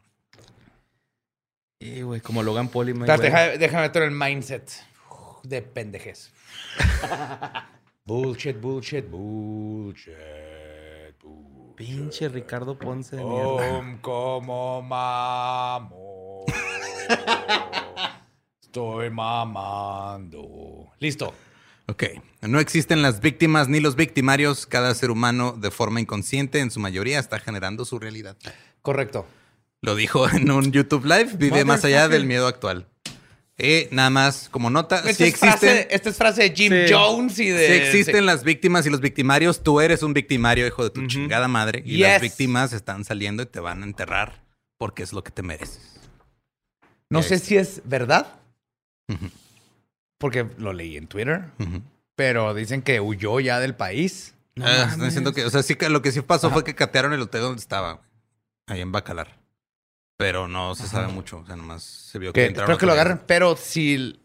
C: Sí, güey, como Logan Paul y Mike,
B: Espérate,
C: güey.
B: déjame, déjame meter el mindset Uf, de pendejez. bullshit, bullshit, bullshit, bullshit.
C: Pinche Ricardo Ponce de mierda.
B: Om como mamo. Estoy mamando. Listo.
D: Ok. No existen las víctimas ni los victimarios. Cada ser humano, de forma inconsciente, en su mayoría, está generando su realidad.
B: Correcto.
D: Lo dijo en un YouTube Live. Vive más allá
C: Motherfucker.
D: del miedo actual. Eh, nada más, como nota,
B: Esta,
D: si
B: es frase,
D: existen,
B: esta es frase de Jim
C: Sí.
B: Jones y de.
D: si existen
B: sí.
D: las víctimas y los victimarios, tú eres un victimario, hijo de tu chingada madre. Y
B: Yes.
D: las víctimas están saliendo y te van a enterrar porque es lo que te mereces.
B: No sé si es verdad. Porque lo leí en Twitter.
D: Ujú.
B: Pero dicen que huyó ya del país.
D: Ah, están diciendo que, o sea, sí que lo que sí pasó fue que catearon el hotel donde estaba, güey, ahí en Bacalar. Pero no se sabe mucho, o sea, nomás se vio que,
B: Que,
D: entraron
B: espero que lo
D: a
B: agarren. Pero si l-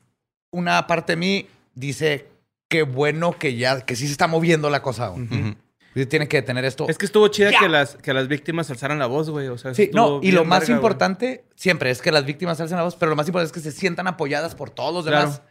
B: una parte de mí dice que bueno que ya, que sí se está moviendo la cosa aún.
D: Ujú.
B: Sí, Tienen que detener esto.
C: Mm. Es que estuvo chida
B: Ya.
C: que las, que las víctimas alzaran la voz, güey. O sea,
B: Sí,
C: estuvo
B: no, y lo
C: bien
B: más
C: verga, güey.
B: importante siempre es que las víctimas alcen la voz, pero lo más importante es que se sientan apoyadas por todos los demás.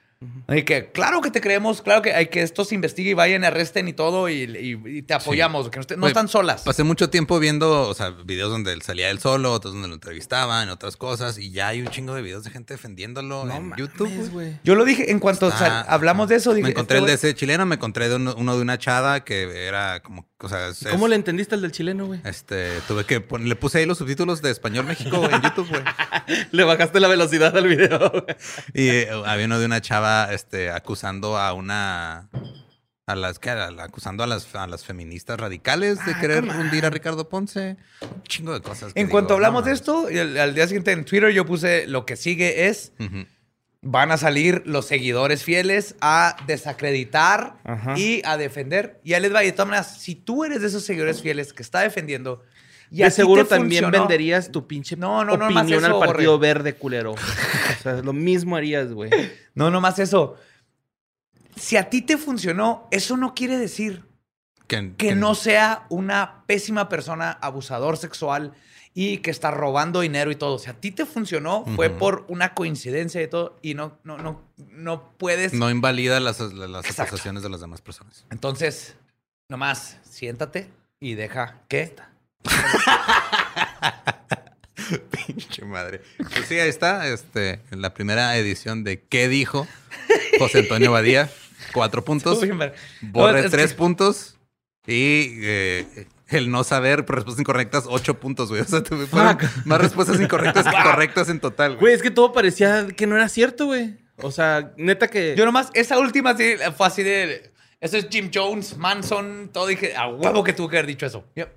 B: Y que, claro que te creemos, claro que hay que esto se investigue y vayan, arresten y todo, y, y- y te apoyamos, que no, est- no
D: Güey,
B: están solas.
D: Pasé mucho tiempo viendo, o sea, videos donde él salía él solo, otros donde lo entrevistaban, otras cosas, y ya hay un chingo de videos de gente defendiéndolo
C: No
D: en
C: mames,
D: YouTube. güey.
C: güey.
B: Yo lo dije, en cuanto
D: Ah,
B: sal- hablamos de eso, dije.
D: me encontré el
B: este
D: de
B: güey-
D: ese chileno, me encontré de uno, uno de una chada que era como, o sea, es-
B: pues,
C: ¿Cómo
D: es-
C: le entendiste al del chileno, güey?
D: este, tuve que pon- le puse ahí los subtítulos de español México en YouTube, güey.
C: Le bajaste la velocidad al video, güey.
D: Y eh, había uno de una chava este, acusando a una. A las que acusando a las, a las feministas radicales de querer hundir a Ricardo Ponce. Un chingo de cosas.
B: Ah,
D: que
B: En
D: digo,
B: cuanto
D: no
B: hablamos de
D: mames.
B: esto, y al, al día siguiente en Twitter yo puse lo que sigue es
D: Ujú.
B: van a salir los seguidores fieles a desacreditar
C: Ajá.
B: y a defender. Y ahí les va. Y de todas maneras, si tú eres de esos seguidores fieles que está defendiendo y a
C: De
B: ti
C: seguro
B: te
C: también
B: funcionó-
C: venderías tu pinche
B: No, no, no,
C: opinión
B: más eso,
C: al Partido
B: Borre.
C: Verde, culero. O sea, lo mismo harías, güey.
B: No, nomás eso. Si a ti te funcionó, eso no quiere decir
D: Que,
B: que no sea una pésima persona, abusador sexual y que está robando dinero y todo. O sea, a ti te funcionó, fue
D: Ujú.
B: por una coincidencia y todo, y no, no, no, no puedes.
D: no invalida las, las
B: Exacto.
D: acusaciones de las demás personas.
B: Entonces, nomás, siéntate y deja que.
D: Pinche madre. Pues sí, ahí está. Este, en la primera edición de ¿Qué dijo José Antonio Badía? Cuatro puntos.
B: Uy, hombre. No,
D: Borre
B: es- es
D: tres
B: que-
D: puntos. Y eh, el no saber por respuestas incorrectas, ocho puntos, güey. O sea, tuve fueron más respuestas incorrectas que correctas en total, güey.
C: Güey, es que todo parecía que no era cierto, güey. O sea, neta que.
B: Yo nomás, esa última sí, fue así de. Eso es Jim Jones, Manson, todo. Dije, a huevo que tuvo que haber dicho eso. Yep.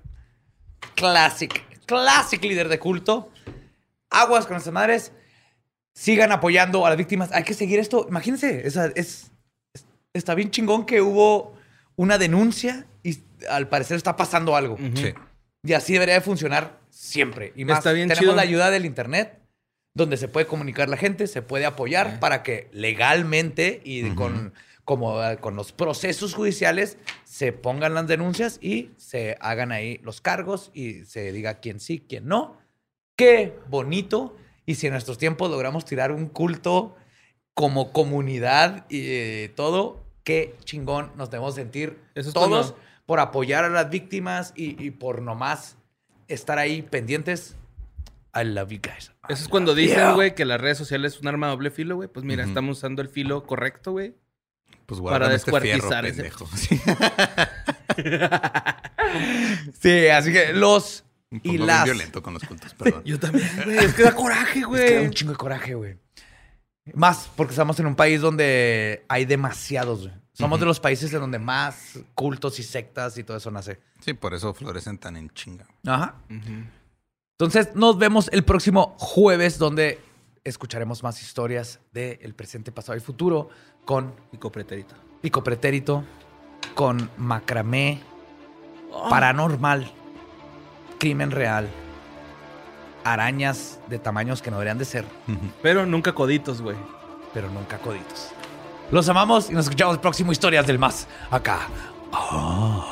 B: Classic, classic líder de culto. Aguas con esas madres. Sigan apoyando a las víctimas. Hay que seguir esto. Imagínense, o sea, es, es- está bien chingón que hubo una denuncia y al parecer está pasando algo.
D: Sí.
B: Y así debería de funcionar siempre. Y más,
C: Está bien
B: tenemos
C: chido.
B: la ayuda del internet, donde se puede comunicar la gente, se puede apoyar para que legalmente y de- con, como, eh, con los procesos judiciales se pongan las denuncias y se hagan ahí los cargos y se diga quién sí, quién no. Qué bonito. Y si en nuestros tiempos logramos tirar un culto como comunidad y eh, todo, qué chingón nos debemos sentir
C: Eso es
B: todos
C: cuando-
B: por apoyar a las víctimas y, y por nomás estar ahí pendientes. I love you guys. Ah,
C: Eso es cuando dicen, güey, que las redes sociales es un arma de doble filo, güey. Pues mira, estamos usando el filo correcto, güey.
D: Pues
C: Para
D: guárdame este fierro,
C: descuartizar ese-
D: pendejo. Sí.
B: Sí, así que los
D: Me
B: y
D: pongo bien
B: las.
D: violento con los cultos, perdón.
C: Yo también, güey. Es que da coraje,
B: Es que da
C: güey.
B: un chingo de coraje, güey. Más porque estamos en un país donde hay demasiados, güey. Somos de los países en donde más cultos y sectas y todo eso nace.
D: Sí, por eso florecen tan en chinga.
B: Ajá. Entonces, nos vemos el próximo jueves, donde escucharemos más historias del presente, pasado y futuro con
C: Y copreterito.
B: Pico Pretérito, con Macramé, Paranormal, Crimen Real, Arañas de tamaños que no deberían de ser,
C: Pero nunca coditos, güey.
B: pero nunca coditos. Los amamos y nos escuchamos el próximo Historias del Más, acá. Ah.